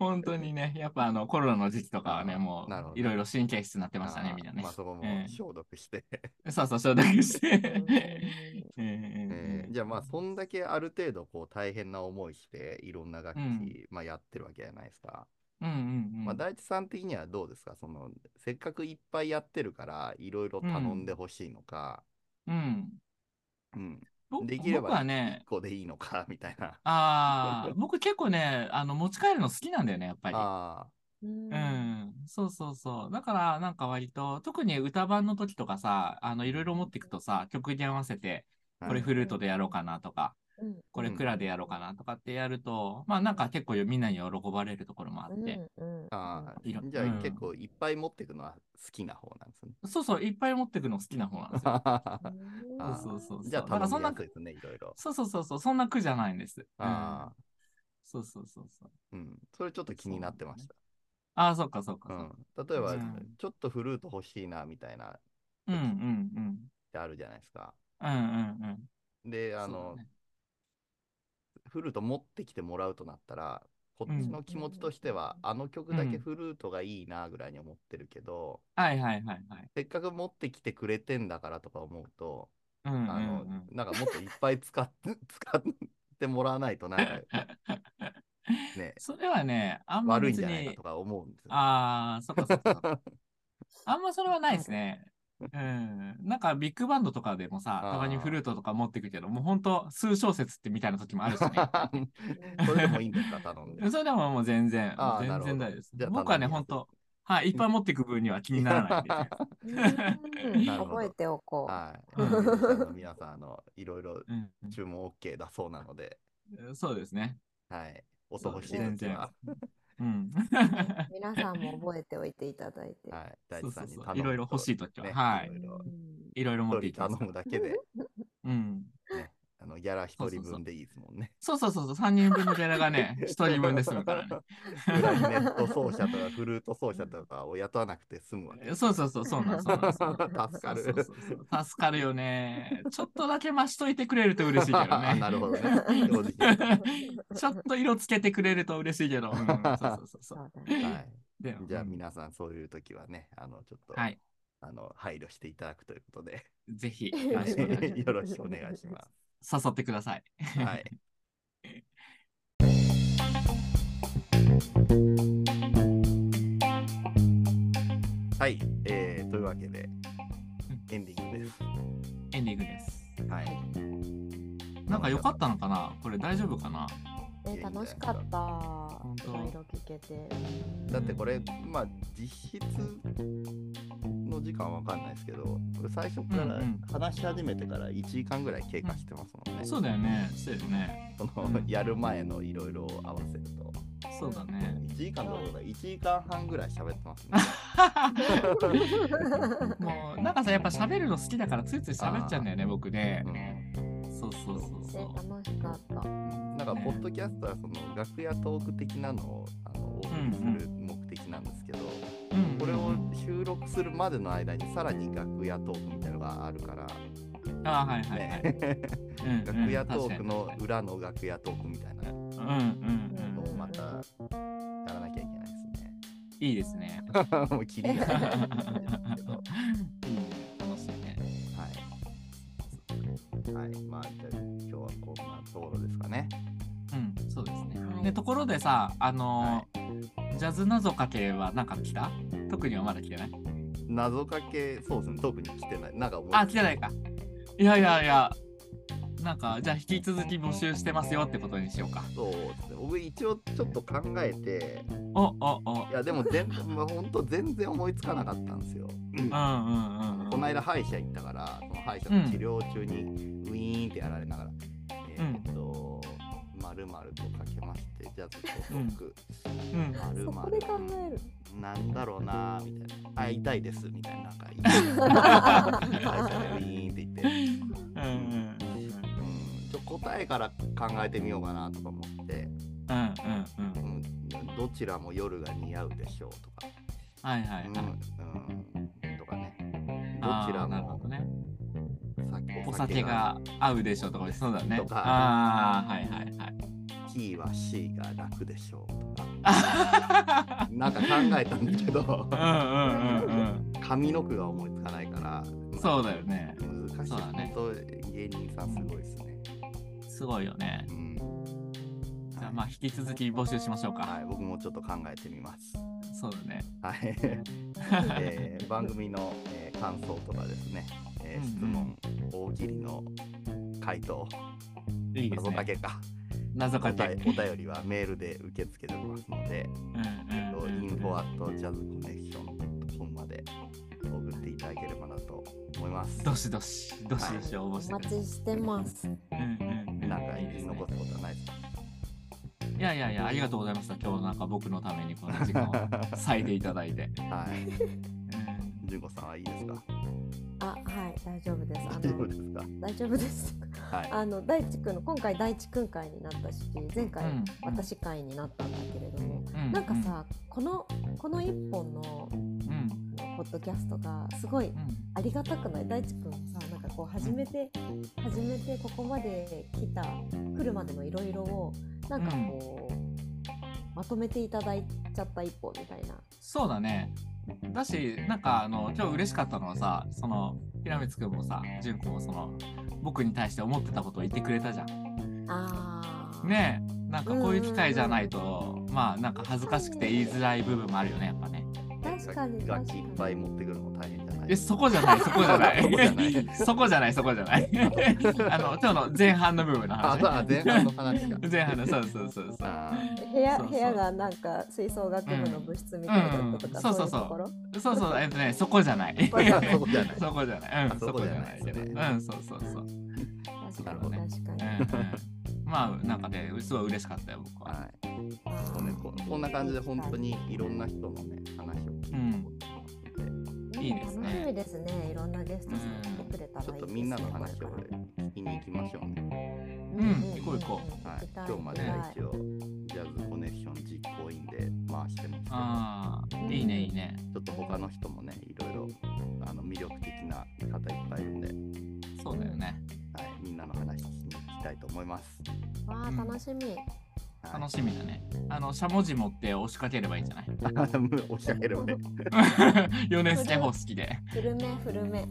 Speaker 3: 本当にね、やっぱあのコロナの時期とかはね、
Speaker 1: あー
Speaker 3: も
Speaker 1: なるほ
Speaker 3: う
Speaker 1: ど
Speaker 3: いろいろ神経質になってましたね、
Speaker 1: あー
Speaker 3: みんなね
Speaker 1: まあ。そこも
Speaker 3: ええ
Speaker 1: 消毒して。
Speaker 3: そうそう、承諾して。
Speaker 2: う
Speaker 1: えーじゃあまあそんだけある程度こう大変な思いしていろんな楽器、
Speaker 3: うん
Speaker 1: まあ、やってるわけじゃないですか。
Speaker 3: うんうんうん。
Speaker 1: まあ、大地さん的にはどうですかそのせっかくいっぱいやってるからいろいろ頼んでほしいのか、
Speaker 3: うん、
Speaker 1: うん
Speaker 3: ぼ
Speaker 1: できれ
Speaker 3: 僕
Speaker 1: ば
Speaker 3: は
Speaker 1: 1
Speaker 3: ね、
Speaker 1: 個でいいのかみたいな。
Speaker 3: ああ、僕結構ね、あの持ち帰るの好きなんだよね、やっぱり。
Speaker 1: あ
Speaker 2: ん
Speaker 3: う。ん、そうそうそう。だから、なんか割と、特に歌版の時とかさ、あの、いろいろ持っていくとさ、曲に合わせて、
Speaker 1: あ、
Speaker 3: これ
Speaker 1: はい
Speaker 3: フルートでやろうかなとか、
Speaker 2: うん
Speaker 3: これクラでやろうかなとかってやると、まあなんか結構みんなに喜ばれるところもあって、
Speaker 2: うんうん
Speaker 1: あ
Speaker 3: いろ
Speaker 1: ーじゃあ
Speaker 3: うん
Speaker 1: 結構いっぱい持っていくのは好きな方なん ですね。
Speaker 3: そうそう、いっぱい持ってくの好きな方なんですよ。
Speaker 1: あ
Speaker 2: うん
Speaker 1: ー
Speaker 3: そうそうそうそう
Speaker 1: じゃあ
Speaker 3: だから
Speaker 1: 頼
Speaker 3: そん
Speaker 1: み
Speaker 3: な
Speaker 1: やすいですねいろいろ。
Speaker 3: そうそうそうそう、そんな苦じゃないんです。
Speaker 1: ああ、
Speaker 3: うん、そうそうそうそう。
Speaker 1: うん、それちょっと気になってました。
Speaker 3: ああ、そっかそっか
Speaker 1: う
Speaker 3: そっか。
Speaker 1: ん、例えば、
Speaker 3: うん
Speaker 1: ちょっとフルート欲しいなみたいなっ
Speaker 3: うんうんうん。
Speaker 1: てあるじゃないですか。
Speaker 3: うんうんうん。
Speaker 1: で、あ
Speaker 3: そう
Speaker 1: の
Speaker 3: だ、ね
Speaker 1: フルート持ってきてもらうとなったら、こっちの気持ちとしては、あの曲だけフルートがいいなぐらいに思ってるけど、
Speaker 3: はいはいはいはい。
Speaker 1: せっかく持ってきてくれてんだからとか思うと、
Speaker 3: うんうんうん
Speaker 1: あの、なんかもっといっぱい使って、 使ってもらわないと、なんかね、
Speaker 3: それはね、あんま
Speaker 1: 悪いん
Speaker 3: 別
Speaker 1: じゃないか
Speaker 3: に
Speaker 1: と、か思うんですよ。
Speaker 3: ああ、そっかそっかそっ か。あんまそれはないですね。うん。なんかビッグバンドとかでもさ、
Speaker 1: あー
Speaker 3: たまにフルートとか持ってくるけど、もうほんと数小節ってみたいな時もあるし ね。
Speaker 1: それでもいいんですか、頼んで。
Speaker 3: それでももう全然、
Speaker 1: あー
Speaker 3: 全然
Speaker 1: なるほ
Speaker 3: 大
Speaker 1: ど
Speaker 3: 丈夫です
Speaker 1: じゃ。あ
Speaker 3: 僕はね、
Speaker 1: 頼
Speaker 3: ほ
Speaker 1: ん
Speaker 3: ん
Speaker 1: でみます
Speaker 3: と、はい、いっぱい持ってく分には気にならないんで。
Speaker 2: うん
Speaker 1: なるほど
Speaker 2: 覚えておこう。
Speaker 1: はい。
Speaker 3: うん
Speaker 1: あの皆さん、あの、いろいろ
Speaker 3: うん
Speaker 1: 注文 OK だそうなので、
Speaker 3: うん、そうですね。
Speaker 1: はい。音欲しい
Speaker 3: 全
Speaker 1: 時
Speaker 3: 然
Speaker 1: は、。
Speaker 3: うん。
Speaker 2: 皆さんも覚えておいていただいて。
Speaker 1: はい。大
Speaker 3: そう
Speaker 1: 地
Speaker 3: そ
Speaker 1: さ
Speaker 3: うん
Speaker 1: に
Speaker 3: そう
Speaker 1: 頼む
Speaker 3: いろいろ欲しい時ははい
Speaker 1: いろいろ
Speaker 2: うん
Speaker 3: いろいろ持って
Speaker 1: 一
Speaker 3: いき
Speaker 1: 人
Speaker 3: ま
Speaker 1: 頼
Speaker 3: すから
Speaker 1: むだけで、
Speaker 3: うん。
Speaker 1: あの、ギャラ一
Speaker 3: そうそ
Speaker 1: 人
Speaker 3: うそう
Speaker 1: 分でいいですもん ね。
Speaker 3: そうそうそうそう、3人分のギャラがね、1人分で済むからね。
Speaker 1: 裏にネット奏者とかフルート奏者とかを雇わなくて済むわけです
Speaker 3: そうそうそう、そうなんそうなんそうな ん
Speaker 1: 助かる。
Speaker 3: そうそうそうそう助かるよね。ちょっとだけ増しといてくれると嬉しい けどね。
Speaker 1: なるほどね。正直に
Speaker 3: ちょっと色つけてくれると嬉しいけど。うん、そうそうそうそ。
Speaker 2: そううだね。
Speaker 1: はい。
Speaker 3: でも
Speaker 1: じゃあ
Speaker 3: うん
Speaker 1: 皆さんそういう時はね、あのちょっと、
Speaker 3: はい。
Speaker 1: あの配慮していただくということで、
Speaker 3: ぜひ、
Speaker 2: い
Speaker 3: よろしくお願いし
Speaker 1: よろしくお願いしま
Speaker 3: ます誘ってください。
Speaker 1: す。はい。はい、えーというわけでエンディングです。
Speaker 3: エンディングです。
Speaker 1: はい。
Speaker 3: なんか良かったのかなこれ大丈夫かな
Speaker 2: え楽しかった。
Speaker 3: 当
Speaker 2: いろいろ聞けて。
Speaker 1: だってこれ、まあ、実質の時間は分かんないですけど、これ最初か
Speaker 3: うん
Speaker 1: ら
Speaker 3: うん
Speaker 1: 話し始めてから1時間ぐらい経過してますもんね。
Speaker 3: そうだよね。そうよね。
Speaker 1: そのやる前のいろいろを合わせると。
Speaker 3: そうだ ね。
Speaker 1: 1時間どころか1時間半ぐらい喋ってますね。
Speaker 3: もうなんかさやっぱ喋るの好きだからついつい喋っちゃうんだよね僕ね
Speaker 1: う
Speaker 3: そうそうそう
Speaker 2: え
Speaker 3: そ
Speaker 2: 楽しかった。
Speaker 1: ん、なんか、ポッドキャストはその楽屋トーク的なのをあのお送りする目的なんですけど、
Speaker 3: う、うん、
Speaker 1: これを収録するまでの間にさらに楽屋トークみたいなのがあるから、
Speaker 3: あはいはいはい、
Speaker 1: ね、
Speaker 3: うんうん
Speaker 1: 楽屋トークの
Speaker 3: 確
Speaker 1: 裏の楽屋トークみたいなの
Speaker 3: かにうんうんうん
Speaker 1: をまたやらなきゃいけないで すね。
Speaker 3: いいですね
Speaker 1: もう切りがないですけど。はい
Speaker 3: いね楽しいね
Speaker 1: い。はい。まあ、じゃあ今日はこんなところですかね。
Speaker 3: うんそうですね
Speaker 2: はい
Speaker 3: でところでさあのー、ジャズ謎かけはなんか来た特にはまだ来てない
Speaker 1: 謎かけ、そうですね、特に来てない。なんか思いつ
Speaker 3: あ来てないかいやいやいやなんかじゃあ引き続き募集してますよってことにしようか
Speaker 1: そうですね。僕一応ちょっと考えて、
Speaker 3: おおお
Speaker 1: いや、でも全、まあ、本当全然思いつかなかったんですよ。
Speaker 3: うんうんうんうん
Speaker 1: この間歯医者行ったから、その歯医者の治療中にウィーンってやられながら、えーっ、と、まるまるとかけまして、じゃあちょっと僕、
Speaker 3: うん
Speaker 1: まる
Speaker 2: そ
Speaker 1: ま
Speaker 2: こ
Speaker 1: る
Speaker 2: で。考える。
Speaker 1: なんだろうなーみたいな。あ、痛いですみたいな。なんか 痛い歯医者でウィーンって言って、
Speaker 3: うんうん
Speaker 1: うん、ちょ答えから考えてみようかなとか思って、
Speaker 3: うんうんう
Speaker 1: うんん、どちらも夜が似合うでしょうとか、
Speaker 3: はいはいは
Speaker 1: うん
Speaker 3: い、
Speaker 1: うん、とかね。ど
Speaker 3: あー
Speaker 1: ちら
Speaker 3: なるほ
Speaker 1: も
Speaker 3: どね
Speaker 1: さ
Speaker 3: お酒が合うでしょうとかそうだね
Speaker 1: とか
Speaker 3: ああはいはいはい
Speaker 1: キーは C が楽でしょうとか。
Speaker 3: あ
Speaker 1: なんか考えたんだけ ど、
Speaker 3: うんうんうんうん
Speaker 1: 上の句が思いつかないから、
Speaker 3: そうだよね
Speaker 1: 難しい。
Speaker 3: そうだね
Speaker 1: 本当芸人さんすごいですね。
Speaker 3: すごいよね
Speaker 1: うん。
Speaker 3: じゃあまあ引き続き募集しましょうか、
Speaker 1: はい、僕もちょっと考えてみます。
Speaker 3: そうだね
Speaker 1: はい、えー番組の、えー感想とかですね、えー質
Speaker 3: うんう
Speaker 1: 問、大喜利の回答、
Speaker 3: いいです
Speaker 1: 謎だ
Speaker 3: ね
Speaker 1: けか、
Speaker 3: 謎
Speaker 1: お
Speaker 3: かけ
Speaker 1: 便お便りはメールで受け付けておりますので、
Speaker 3: うんうんうん
Speaker 1: インフォアットジャズコネクション本まで送っていただければなと思います。
Speaker 3: どしどしどしどし応募し
Speaker 2: お
Speaker 3: て
Speaker 2: 待
Speaker 3: ください
Speaker 2: ちしてます。
Speaker 3: うんうんうん
Speaker 1: なんか
Speaker 3: いいですね
Speaker 1: 残すことはないですか
Speaker 3: いやいやいやありがとうございました今日なんか僕のためにこの時間を 割いていただいて、
Speaker 1: はい。
Speaker 3: うん
Speaker 1: 純子さんはいいですか
Speaker 2: あ、はい、大丈夫です。あ
Speaker 1: 大丈夫で、す
Speaker 2: の大丈夫です。
Speaker 1: かはい。
Speaker 2: あの大地君の今回大地君会になったし前回
Speaker 3: うん
Speaker 2: 私会になったんだけれども、
Speaker 3: う
Speaker 2: なんかさこのこの一本の
Speaker 3: うん
Speaker 2: ポッドキャストがすごい
Speaker 3: うん
Speaker 2: ありがたくない大地君さなんかこう初めて初めてここまで来た来るまでのいろいろをなんかこう、まとめていただいちゃった一歩みたいな。
Speaker 3: そうだねだしなんかあの今日嬉しかったのはさその平光くんもさ純子もその僕に対して思ってたことを言ってくれたじゃん。
Speaker 2: あ ー
Speaker 3: ねえなんかこういう機会じゃないとまあなんか恥ずかしくて言いづらい部分もあるよねやっぱね。
Speaker 2: 確かに
Speaker 1: 楽
Speaker 2: 確
Speaker 1: 器
Speaker 2: か
Speaker 1: いっぱい
Speaker 2: に
Speaker 1: 持ってくるの大変じゃない
Speaker 3: えそこじゃないそこじゃな
Speaker 1: そこじゃない
Speaker 3: いそこじゃ ないそこじゃない あの今日の前半の部分の
Speaker 1: あ、
Speaker 3: 話。
Speaker 1: そう、あ前半の話か
Speaker 3: 前半のそうそうそうそう
Speaker 1: あ
Speaker 2: 部屋
Speaker 3: そうそう
Speaker 2: 部屋がなんか吹奏楽部の部室みたいだったとか、
Speaker 3: うん
Speaker 2: そういう
Speaker 3: そうそうそう
Speaker 2: ところ
Speaker 3: そうそう、えっとね、 そこじゃない。
Speaker 1: こじゃないそこじゃない
Speaker 3: そこじゃない。うん、
Speaker 1: あ
Speaker 3: そ
Speaker 1: そ
Speaker 3: こ
Speaker 1: こ
Speaker 3: じ
Speaker 1: じ
Speaker 3: ゃ
Speaker 1: ゃ
Speaker 3: な
Speaker 1: ないい
Speaker 3: けど。うん、そうそうそう。うん、
Speaker 2: 確
Speaker 3: な
Speaker 2: か
Speaker 3: る
Speaker 2: に
Speaker 3: ほ
Speaker 2: 確
Speaker 3: ど
Speaker 2: か
Speaker 3: ね
Speaker 2: に、
Speaker 3: うん。まあ、なんかね、すごい嬉しかったよ、僕
Speaker 1: ー
Speaker 3: は。
Speaker 1: はい。
Speaker 2: あー
Speaker 1: そうね、ここんな感じで本当にいろんな人のね、話を聞いたことがあって
Speaker 3: いいですね
Speaker 2: 楽しみですねいろんなゲストさん来てくれたら
Speaker 1: ち
Speaker 2: いいです
Speaker 1: ょ
Speaker 2: ね
Speaker 1: っとみんなの話を
Speaker 2: これか
Speaker 1: 聞きに行きましょうね。
Speaker 2: ら
Speaker 3: ん行こう行こ
Speaker 2: ん
Speaker 1: はい
Speaker 2: 行き、た
Speaker 1: 今日
Speaker 2: い
Speaker 1: まで
Speaker 2: 行
Speaker 1: は
Speaker 2: きた
Speaker 1: 一応、ジャズコネクション実行委員で回してますけど、
Speaker 3: ああ、いいね、いいね。
Speaker 1: ちょっと他の人もね、いろいろあの魅力的な方いっぱいいるんで、
Speaker 3: そうだよね。
Speaker 1: はい、みんなの話聞きに行きたいと思います。
Speaker 2: いわあ
Speaker 3: うん
Speaker 2: 楽しみ、
Speaker 1: はい
Speaker 3: 楽しみだね。あの、しゃもじ持って押しかければいいんじゃない
Speaker 1: おっしゃければね。
Speaker 3: ?4 年生方式で。
Speaker 2: 古め古め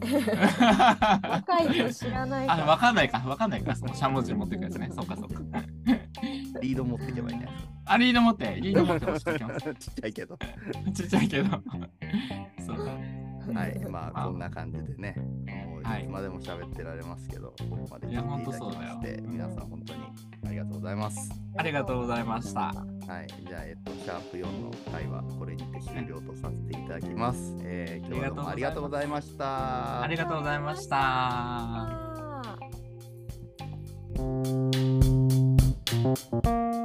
Speaker 3: あ、
Speaker 2: 若いと知らないから
Speaker 3: わかんないか、わかんないか、そのしゃもじ持ってくやつね。そっかそっか。
Speaker 1: リード持っていけばいいね。
Speaker 3: あ、リード持って、リード持って押し
Speaker 1: ち
Speaker 3: か けます。
Speaker 1: っ ちゃいけど。
Speaker 3: ちっちゃいけど。そうだね。
Speaker 1: はい、ま
Speaker 3: まあ
Speaker 1: あこんな感じでね、もう
Speaker 3: はい
Speaker 1: いつまでも喋ってられますけど、ここまで
Speaker 3: いや
Speaker 1: 聞いていただ
Speaker 3: ほんとそう
Speaker 1: き
Speaker 3: だよ
Speaker 1: まして、
Speaker 3: うん
Speaker 1: 皆さん本当にありがとうございます。
Speaker 3: ありがとうございました。
Speaker 1: はい、じゃあ、えっと、シャープ4の回はこれにて終了とさせていただきます。えー、今日はどうも
Speaker 3: あ
Speaker 1: あ
Speaker 3: り
Speaker 1: り
Speaker 3: が
Speaker 1: が
Speaker 3: と
Speaker 1: と
Speaker 3: う
Speaker 1: うご
Speaker 3: ござ
Speaker 1: ざ
Speaker 3: い
Speaker 1: いました。
Speaker 3: ありがとうございました。
Speaker 2: あー